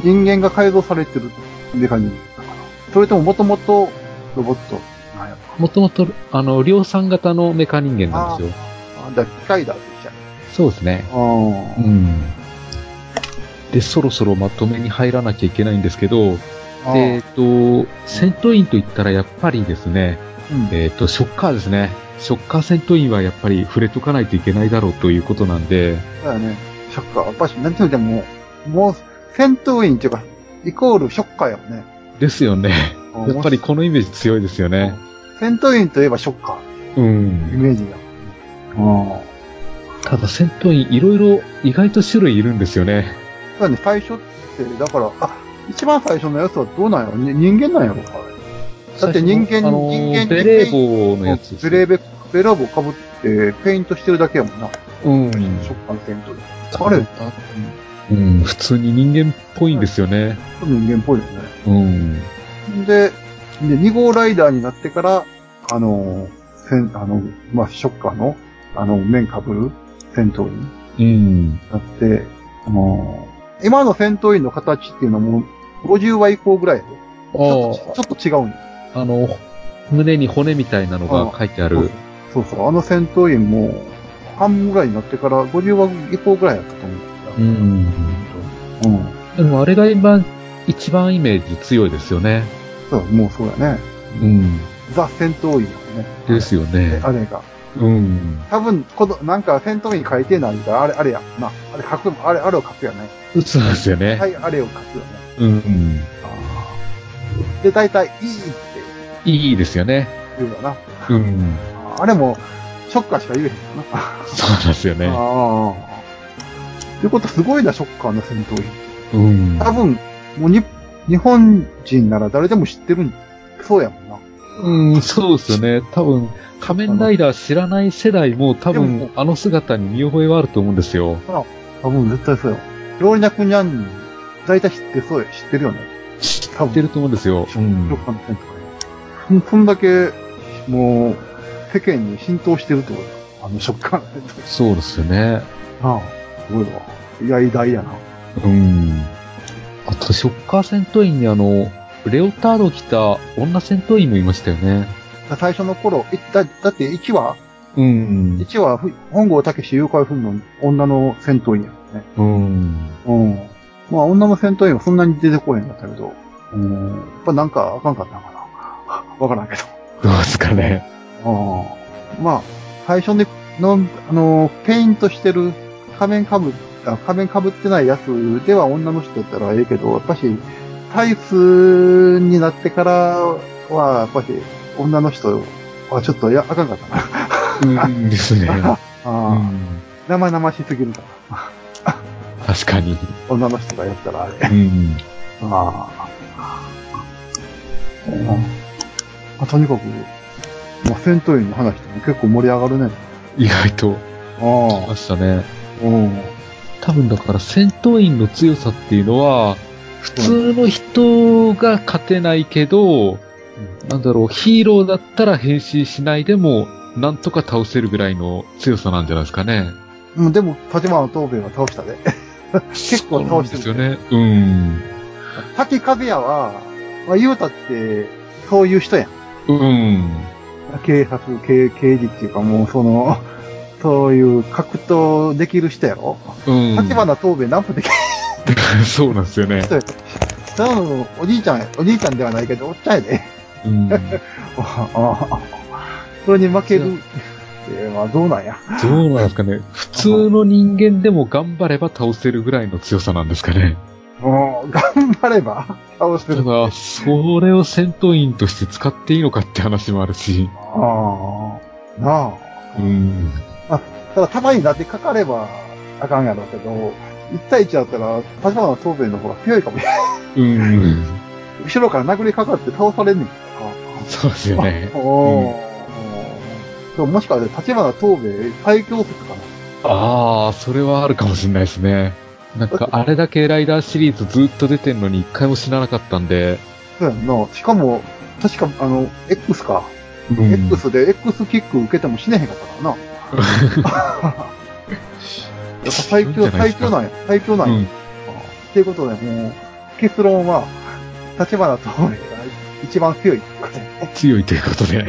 Speaker 2: 人間が改造されてるって感じなのかなそれとももともとロボットなんやろ
Speaker 3: もともと、あの、量産型のメカ人間なんですよ。
Speaker 2: あだから機械だと一緒やね。
Speaker 3: そうですね。
Speaker 2: あ
Speaker 3: うん。で、そろそろまとめに入らなきゃいけないんですけど、
Speaker 2: あ
Speaker 3: で、えっと、戦闘員と言ったらやっぱりですね、
Speaker 2: うん
Speaker 3: えっと、ショッカーですね。ショッカー戦闘員はやっぱり触れとかないといけないだろうということなんで、
Speaker 2: だよね。ショッカー。やっぱし、なんていうのでもう、もう、戦闘員っていうか、イコールショッカーやもんね。
Speaker 3: ですよね。
Speaker 2: あ
Speaker 3: やっぱりこのイメージ強いですよね。
Speaker 2: 戦闘員といえばショッカ
Speaker 3: う
Speaker 2: ー、イ
Speaker 3: ん。
Speaker 2: メージだ。あ
Speaker 3: ただ戦闘員いろいろ意外と種類いるんですよね。
Speaker 2: あ。だからね、最初って、だから、あ、一番最初のやつはどうなんやろに人間なんやろかだって人間
Speaker 3: あの
Speaker 2: 人間
Speaker 3: ベレー帽のやつ。
Speaker 2: ベレーベ、ベラボかぶって、ペイントしてるだけやもんな。
Speaker 3: うん。
Speaker 2: ショッカーのペイントで。あれ、ち
Speaker 3: うん、普通に人間っぽいんですよね。
Speaker 2: ょっと人間っぽいよね。
Speaker 3: うん。
Speaker 2: で、で、2号ライダーになってから、あの、せん、あの、まあ、ショッカーの、あの、面被る戦闘員に
Speaker 3: うん。
Speaker 2: なって、あの、今の戦闘員の形っていうのはもう、50話以降ぐらいやで
Speaker 3: あ
Speaker 2: ちょっとちょっと違うんよ
Speaker 3: あ、あの、胸に骨みたいなのが書いてある。
Speaker 2: そうそう、あの戦闘員も、半分ぐらいになってから、50話以降ぐらいやったと思
Speaker 3: う。
Speaker 2: うんけど。うん。
Speaker 3: でもあれが今、一番イメージ強いですよね。
Speaker 2: そう、もうそうやね。
Speaker 3: うん。
Speaker 2: ザ戦闘員やね。
Speaker 3: ですよね。
Speaker 2: あれが。
Speaker 3: うん。
Speaker 2: 多分、この、なんか戦闘員書いてないから、あれ、あれや。な、あれ書く、あれ、あれを書くよね。
Speaker 3: そうですよね。
Speaker 2: はい、あれを書くよね。
Speaker 3: うん。
Speaker 2: で、大体、いいって
Speaker 3: いいですよね。
Speaker 2: 言うよな。
Speaker 3: うん。
Speaker 2: ああれも、ショッカーしか言えへんよな。
Speaker 3: そうなんですよね。
Speaker 2: ああ。ってことはすごいな、ショッカーの戦闘員。
Speaker 3: うん。
Speaker 2: 多分、もうに、日本人なら誰でも知ってるん、そうやもんな。
Speaker 3: うん、そうですよね。多分、仮面ライダー知らない世代も多
Speaker 2: でも
Speaker 3: 分、あの姿に見覚えはあると思うんですよ。
Speaker 2: 多分絶対そうよ。ローリナクニャン、大体知ってそうや、知ってるよね。
Speaker 3: 知
Speaker 2: 多分
Speaker 3: ってると思うんですよ。う
Speaker 2: ど
Speaker 3: ん
Speaker 2: っ。かの線とかね。そんだけ、もう、世間に浸透してるってことだあの食感の線とか。
Speaker 3: そうですよね。
Speaker 2: なあ、すごいわ。いや、偉大やな。
Speaker 3: うん。あと、ショッカー戦闘員にあの、レオタード着た女戦闘員もいましたよね。
Speaker 2: 最初の頃、いだだって1話、
Speaker 3: うん。
Speaker 2: 1話、ふ本郷武誘拐風の女の戦闘員やもんね。
Speaker 3: うん。
Speaker 2: うん。まあ、女の戦闘員はそんなに出てこへんかったけど、うん。やっぱなんかあかんかったんかな。わからんけど。
Speaker 3: どうですかね。
Speaker 2: うん。まあ、最初にの、あの、ペイントしてる仮面かぶ、あ仮面かぶってないやつでは女の人だったらええけど、やっぱし、タイツになってからは、やっぱし、女の人はちょっとや、あかんかったな。
Speaker 3: うん。ですね。 う
Speaker 2: ああ、
Speaker 3: ん。
Speaker 2: 生々しすぎるから。
Speaker 3: 確かに。
Speaker 2: 女の人がやったらあれ。
Speaker 3: うん。
Speaker 2: ああ。うんまあ、とにかく、まあ、戦闘員の話でも結構盛り上がるね。
Speaker 3: 意外と、あり
Speaker 2: ああ
Speaker 3: ま。したね。
Speaker 2: うん。
Speaker 3: 多分だから戦闘員の強さっていうのは、普通の人が勝てないけど、なんだろう、ヒーローだったら変身しないでも、なんとか倒せるぐらいの強さなんじゃないですかね。
Speaker 2: うん、でも、立花東兵は 倒したで。結構倒してる
Speaker 3: そうなんですよね。
Speaker 2: 滝和也は、まあ、言うたって、そういう人やん。
Speaker 3: うん。うん。
Speaker 2: 警察、刑刑事っていうかもう、その、そういう格闘できる人やろ。
Speaker 3: うん。
Speaker 2: 立花東兵なんもできる
Speaker 3: そうなんですよね。
Speaker 2: 人やただのおじいちゃんや、おじいちゃんではないけど、おっちゃんやで。
Speaker 3: うん。
Speaker 2: ああそれに負ける。えー、まあ、どうなんや。
Speaker 3: どうなんですか ね。普通の人間でも頑張れば倒せるぐらいの強さなんですかね。
Speaker 2: うん、頑張れば倒せ
Speaker 3: た
Speaker 2: る。あ
Speaker 3: だ、それを戦闘員として使っていいのかって話もあるし。
Speaker 2: あ。なあ。
Speaker 3: うん。
Speaker 2: ただ、たまになってかかればあかんやろうけど、一対一だったら、立花東兵の方が強いかもしれない。
Speaker 3: うん。
Speaker 2: 後ろから殴りかかって倒されんねんから
Speaker 3: そうですよ ね。
Speaker 2: な。 おーでももしかして、立花東兵最強説かな。
Speaker 3: ああ、それはあるかもしれないですね。なんか、あれだけライダーシリーズずっと出てんのに一回も死ななかったんで。
Speaker 2: そうやんな。しかも、確か、あの、X か。
Speaker 3: うん。
Speaker 2: X で X キック受けても死ねへんかったから な。やっぱ最強、最強なんや。最強なんや。
Speaker 3: う
Speaker 2: っ
Speaker 3: ん。
Speaker 2: ていうことで、もう、結論は、立花とが一番強いってことで。
Speaker 3: 強いということで。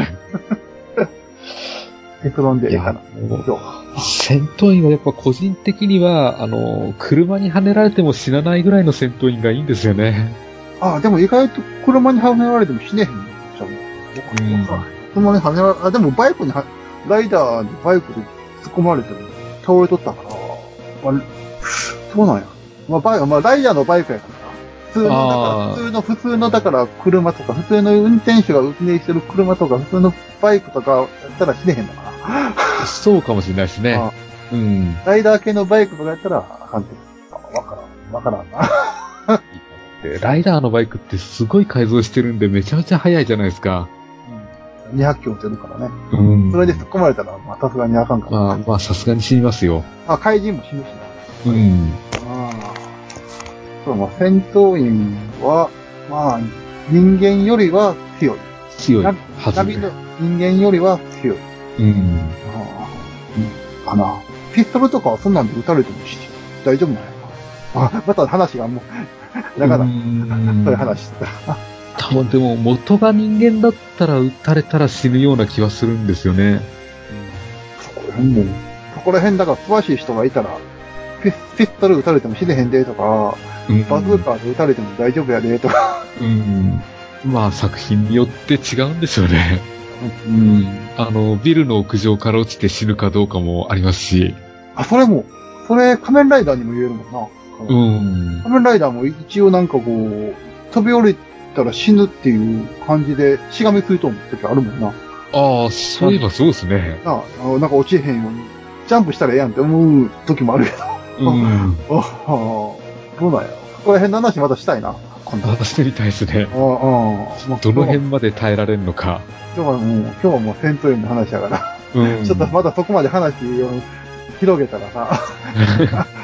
Speaker 2: 結論でいいかな。
Speaker 3: もう
Speaker 2: そう。
Speaker 3: 戦闘員はやっぱ個人的には、あの、車にはねられても死なないぐらいの戦闘員がいいんですよね。
Speaker 2: ああ、でも意外と車にはねられても死ねへんのちゃうの
Speaker 3: うん
Speaker 2: 車にはねられ、あ、でもバイクには、ライダーにバイクで突っ込まれても倒れとったから、まあ、そうなんや。まあ、バイク、まあ、ライダーのバイクやからな。普通の、だから
Speaker 3: あー
Speaker 2: 普通の、普通の、だから車とか、普通の運転手が運転してる車とか、普通のバイクとかやったら死ねへんのかな。
Speaker 3: そうかもしれないですね。
Speaker 2: あ
Speaker 3: うん。
Speaker 2: ライダー系のバイクとかやったら、あかんて。あわからん、わからんな。
Speaker 3: でライダーのバイクってすごい改造してるんでめちゃめちゃ速いじゃないですか。
Speaker 2: うん200キロ出るからね。
Speaker 3: うん
Speaker 2: それで突っ込まれたら、まあ、さすがにあかんから。
Speaker 3: まあ、まあ、さすがに死にますよ。
Speaker 2: あ、怪人も死ぬしな。
Speaker 3: うん。
Speaker 2: ああ。そう、まあ、戦闘員は、まあ、人間よりは強い。
Speaker 3: 強い
Speaker 2: ナ
Speaker 3: は
Speaker 2: ビ
Speaker 3: ず。
Speaker 2: 旅の人間よりは強い。
Speaker 3: うん。
Speaker 2: ああ。うんかな。ピストルとかはそんなんで撃たれてもし、大丈夫なんやあ、また話がもう、だ から、
Speaker 3: ん
Speaker 2: そういう話した。
Speaker 3: 多分でも元が人間だったら撃たれたら死ぬような気はするんですよね。
Speaker 2: そこら辺も、そこら辺だから詳しい人がいたら、ピスピストル撃たれても死ねへんでとか、
Speaker 3: うん
Speaker 2: バズーカーで撃たれても大丈夫やでとか、
Speaker 3: うん。まあ作品によって違うんですよね。
Speaker 2: う
Speaker 3: う。ん。あの、ビルの屋上から落ちて死ぬかどうかもありますし。
Speaker 2: あ、それも、それ仮面ライダーにも言えるもん
Speaker 3: うん。
Speaker 2: な。仮面ライダーも一応なんかこう、飛び降りたら死ぬっていう感じで、しがみついと思う時あるもんな。
Speaker 3: ああ、そういえばそうですね。
Speaker 2: なあ、あのなんか落ちへんように、ジャンプしたらええやんって思 う時もあるけど。
Speaker 3: うん。
Speaker 2: ああ、どうなんやろ。そこら辺の話またしたいな。今度。
Speaker 3: 私みたいですね。
Speaker 2: うんうん。もう
Speaker 3: どの辺
Speaker 2: 今
Speaker 3: まで耐えられるのか。
Speaker 2: 日はもう、今日はもう戦闘員の話やから。
Speaker 3: うん。
Speaker 2: ちょっとまだそこまで話を広げたらさ、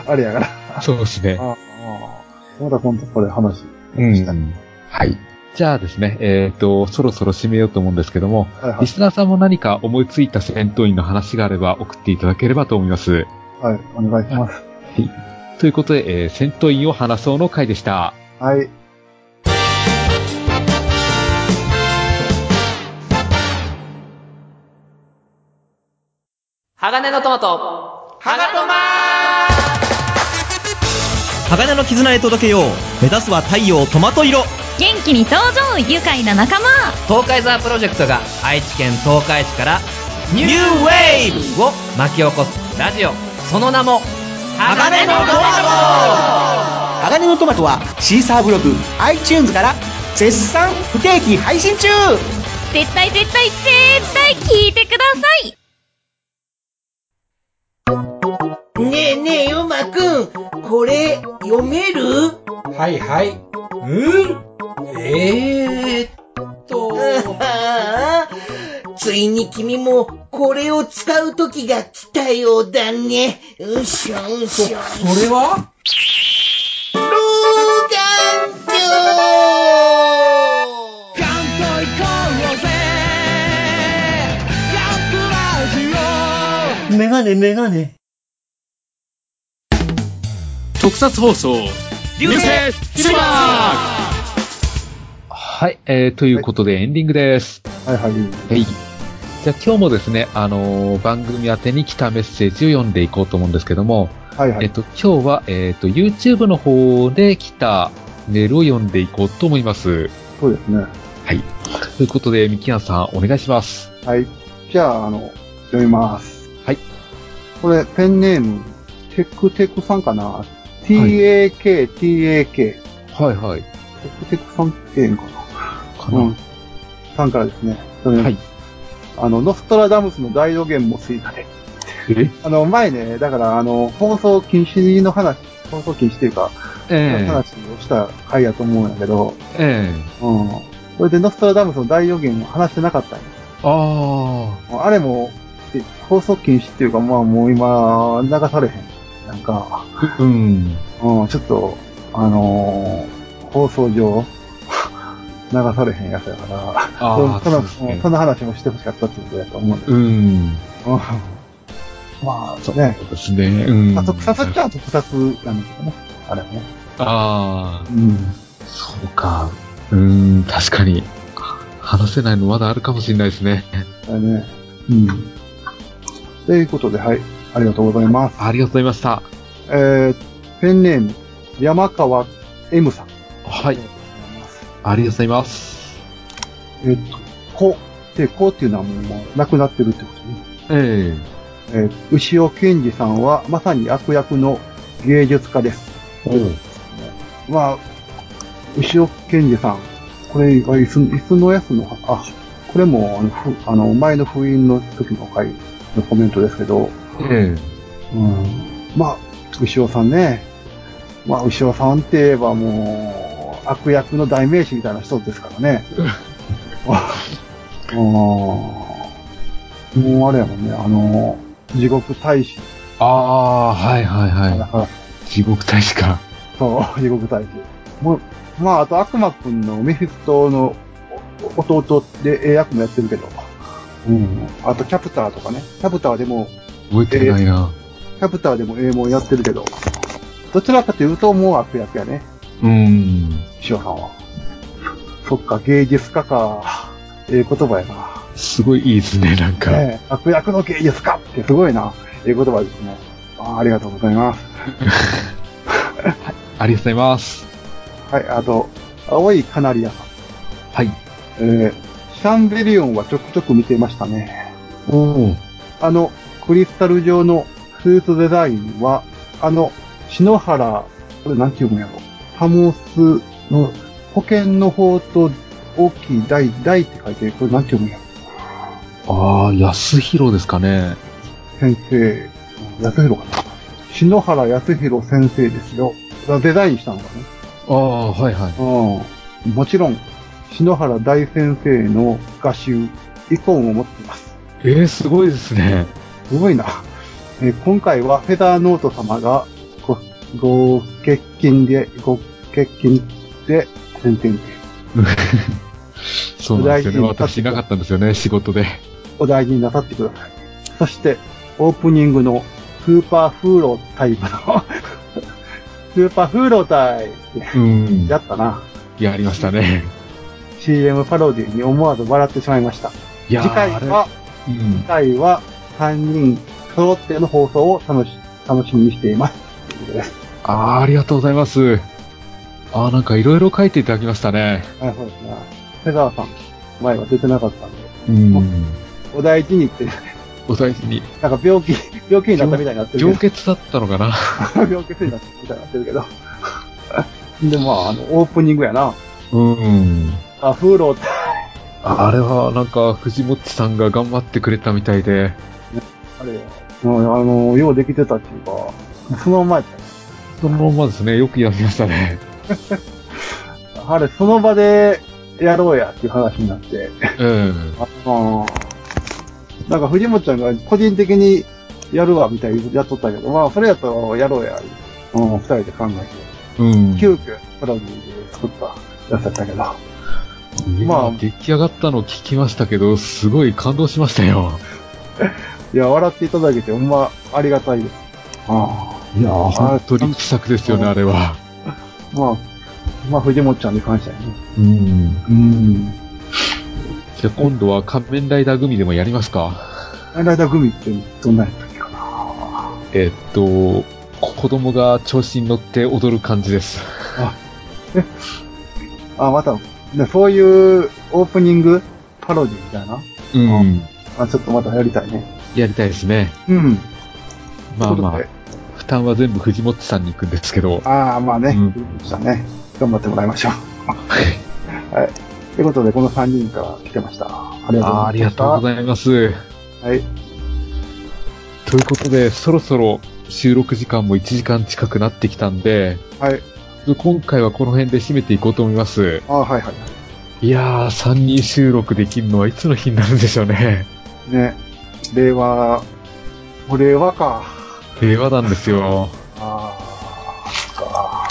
Speaker 2: あれやから。
Speaker 3: そうですね。
Speaker 2: ああまだ今度これ話。
Speaker 3: うん。はい。じゃあですね、えっ、と、そろそろ締めようと思うんですけども、
Speaker 2: はいは
Speaker 3: リ
Speaker 2: い。
Speaker 3: スナーさんも何か思いついた戦闘員の話があれば送っていただければと思います。
Speaker 2: はい、お願いします。
Speaker 3: ということで、えー戦闘員を話そうの回でした。
Speaker 2: はい。
Speaker 6: 鋼のトマト。鋼トマ
Speaker 5: 鋼の絆へ届けよう目指すは太陽トマト色
Speaker 7: 元気に登場愉快な仲間
Speaker 8: 東海ザープロジェクトが愛知県東海市から
Speaker 5: ニューウェー
Speaker 8: を巻き起こすラジオその名も
Speaker 5: 鋼のトマト鋼のトマトはシーサーブログ iTunes から絶賛不定期配信中
Speaker 7: 絶対絶対絶対聞いてください
Speaker 9: ねえねえ、ヨマくん、これ、読める
Speaker 10: はいはい。うんえーっ と、
Speaker 9: ああついに君も、これを使う時が来たようだね。うしょう
Speaker 10: そ、そ
Speaker 9: し
Speaker 10: れ
Speaker 9: ょ。
Speaker 10: は
Speaker 9: 老眼鏡
Speaker 5: メガネメガネ
Speaker 1: 特撮放送、流星シルバー
Speaker 3: はい、えーということでエンディングです。
Speaker 2: はいはい。
Speaker 3: はい。じゃあ今日もですね、あのー番組宛てに来たメッセージを読んでいこうと思うんですけども、
Speaker 2: はいは
Speaker 3: えっ
Speaker 2: い。
Speaker 3: と、今日は、えっと、YouTube の方で来たメールを読んでいこうと思います。
Speaker 2: そうですね。
Speaker 3: はい。ということで、ミキアンさん、お願いします。
Speaker 2: はい。じゃあ、あの、読みます。
Speaker 3: はい。
Speaker 2: これ、ペンネーム、テクテクさんかな ?TAK、TAK。テ
Speaker 3: はいはい。
Speaker 2: クテクさんっていうのか
Speaker 3: か
Speaker 2: な
Speaker 3: な。
Speaker 2: うん。さんからですね。それ
Speaker 3: はい。
Speaker 2: あの、ノストラダムスの大予言もついたで。
Speaker 3: え
Speaker 2: あの、前ね、だから、あの、放送禁止の話、放送禁止というか、
Speaker 3: ええ
Speaker 2: 話をした回やと思うんやけど、
Speaker 3: ええ
Speaker 2: うん。それでノストラダムスの大予言を話してなかったんよ
Speaker 3: あ
Speaker 2: もうあれも、え放送禁止っていうか、まあもう今、流されへん。なんか、
Speaker 3: あ、うん。
Speaker 2: うん、ちょっと、あのー放送上、 流されへんやつやから、
Speaker 3: ああ、
Speaker 2: そ
Speaker 3: そう
Speaker 2: の
Speaker 3: です
Speaker 2: その
Speaker 3: ね
Speaker 2: そ。の話もしてほしかったっていうことやと思うんです。
Speaker 3: うん。
Speaker 2: うん、 まあ、ね、
Speaker 3: そうですね。うん。
Speaker 2: まあ、特撮っちゃ特撮なんですよね。あれもね。
Speaker 3: ああ、
Speaker 2: うん。
Speaker 3: そうか。うん、確かに。話せないのまだあるかもしれないですね。
Speaker 2: だよね。うん。ということで、はい。ありがとうございます。
Speaker 3: ありがとうございました。
Speaker 2: えー、ペンネーム、山川 M さん。
Speaker 3: はい。ありがとうございます。
Speaker 2: えっと、こで、こっていうのはもうなくなってるってことね。
Speaker 3: え
Speaker 2: えー、牛尾健二さんはまさに悪役の芸術家です。
Speaker 3: えおう
Speaker 2: まあ、牛尾健二さん。これは椅子、椅子のやつの、あ、これもあのふあの、前の封印の時の回のコメントですけど、
Speaker 3: え
Speaker 2: うん。まあ、牛尾さんね。まあ、牛尾さんって言えばもう、悪役の代名詞みたいな人ですか らね。うん。もうあれやもんね、あの、地獄大使
Speaker 3: ああ、はいはい
Speaker 2: だ
Speaker 3: は
Speaker 2: から、
Speaker 3: い。地獄大使か。
Speaker 2: そう、 地獄大使。もう、まあ、あと悪魔くんのメフィストのお弟でええ役もやってるけど。うん。あとキャプターとかね。キャプターでも
Speaker 3: 覚えてないな。
Speaker 2: キャプターでもええもんやってるけど、どちらかというともう悪役やね、
Speaker 3: うん。
Speaker 2: 塩さんは。そっか、芸術家か。ええ言葉やな。
Speaker 3: すごいいいですね、なんか。
Speaker 2: ねえ、悪役の芸術家ってすごいな。ええ言葉ですね。あーありがとうございます。
Speaker 3: ありがとうございます。
Speaker 2: はい、あと、青いカナリアさん。
Speaker 3: はい。
Speaker 2: えー、シャンベリオンはちょくちょく見てましたね。
Speaker 3: おお。
Speaker 2: あの、クリスタル状のスーツデザインは、あの、篠原、これなんて読むんやろ。タモスの保険の方と大きい大、大って書いて、これなんて読むんやろ。
Speaker 3: ああ、安弘ですかね。
Speaker 2: 先生、安弘かな。篠原安弘先生ですよ。デザインしたのかね。
Speaker 3: ああ、はいはい。
Speaker 2: うん。もちろん、篠原大先生の画集、イコンを持ってます。
Speaker 3: えー、すごいですね。
Speaker 2: すごいな。えー今回はフェダーノート様がご、ご欠勤で、ご欠勤で、点々
Speaker 3: そうなんですよね。
Speaker 2: 大事に
Speaker 3: 私いなかったんですよね、仕事で。
Speaker 2: お大事になさってください。そして、オープニングのスーパーフーロータイムの、 スーパーフーロータイ
Speaker 3: うん。
Speaker 2: やったな。
Speaker 3: やりましたね。
Speaker 2: CM パロディに思わず笑ってしまいました。
Speaker 3: いやー
Speaker 2: 次回は、
Speaker 3: あれう
Speaker 2: 次
Speaker 3: ん。
Speaker 2: 回は3人揃っての放送を楽し、楽しみにしています。ということです
Speaker 3: ああ、ありがとうございます。ああ、なんかいろいろ書いていただきましたね。
Speaker 2: はい、そうですね。瀬川さん、前は出てなかったんで、
Speaker 3: うん。
Speaker 2: お大事にって、
Speaker 3: お大事に。
Speaker 2: なんか病 気、病気になったみたいになってる
Speaker 3: 上
Speaker 2: け
Speaker 3: 血だったのかな
Speaker 2: ど、 病気になったみたいになってるけど。 で、まあ、あの、オープニングやな。
Speaker 3: うん。
Speaker 2: あ、風呂って、
Speaker 3: あれは、なんか、藤本さんが頑張ってくれたみたいで、
Speaker 2: あれよ、うんあの、ようできてたっていうか、その前、
Speaker 3: そのまんまですね、よくやりましたね。
Speaker 2: あれ、その場でやろうやっていう話になって、
Speaker 3: うん。
Speaker 2: あのーなんか藤本ちゃんが個人的にやるわみたいにやっとったけど、まあ、それやったらやろうや、うん、二人で考えて。
Speaker 3: うん。
Speaker 2: 急遽プロディで作ったやつだったけど、ま
Speaker 3: ま
Speaker 2: あ
Speaker 3: あ、出来上がったのを聞きましたけど、すごい感動しましたよ。
Speaker 2: いや、笑っていただけて、ほんまありがたいです。あ
Speaker 3: いやー、
Speaker 2: あ
Speaker 3: 本当に気さくですよね、
Speaker 2: うん
Speaker 3: あれは。
Speaker 2: あ、まあ、まあ、藤本ちゃんに感謝やね。
Speaker 3: うん。
Speaker 2: うん。
Speaker 3: じゃあ今度は仮面ライダー組でもやりますか
Speaker 2: ライダー組ってどんなんやったっけかな
Speaker 3: えっと、こ子供が調子に乗って踊る感じです。
Speaker 2: あ、また、ねそういうオープニングパロディみたいな。
Speaker 3: うん。
Speaker 2: あ、ちょっとまたやりたいね。
Speaker 3: やりたいですね。
Speaker 2: うん。
Speaker 3: まあま
Speaker 2: と
Speaker 3: あ
Speaker 2: いうこ、
Speaker 3: 負担は全部藤本さんに行くんですけど
Speaker 2: とで。ああ、まあね。
Speaker 3: うん
Speaker 2: したね。頑張ってもら いましょう。はい。ということで、この3人から来てました。ありがとうございました。
Speaker 3: あーありがとうございます。
Speaker 2: はい。
Speaker 3: ということで、そろそろ収録時間も1時間近くなってきたんで、
Speaker 2: はい。
Speaker 3: 今回はこの辺で締めていこうと思います。
Speaker 2: あーはいはい。
Speaker 3: いやー、3人収録できるのはいつの日になるんでしょうね。
Speaker 2: ね、令和、もう令和か。
Speaker 3: 平和なんですよ。
Speaker 2: ああ、そっか。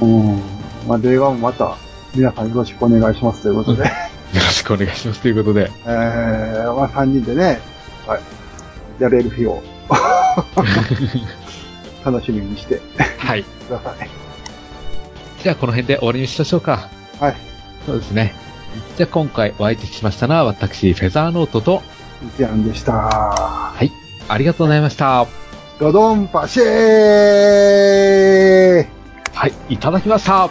Speaker 2: うん。まあ、令和もまた、皆さんよろしくお願いしますという ことで、
Speaker 3: よろしくお願いしますということで。
Speaker 2: えー、まあ、3人でね、はい、やれる 日を楽しみにして
Speaker 3: はい。
Speaker 2: ください。
Speaker 3: じゃあこの辺で終わりにしましょうか。
Speaker 2: はい。
Speaker 3: そうですね。じゃあ今回お相手しましたのは私、フェザーノートと、
Speaker 2: 一案でした。
Speaker 3: はい、ありがとうございました。
Speaker 2: ドドンパシェー
Speaker 3: はい、いただきました。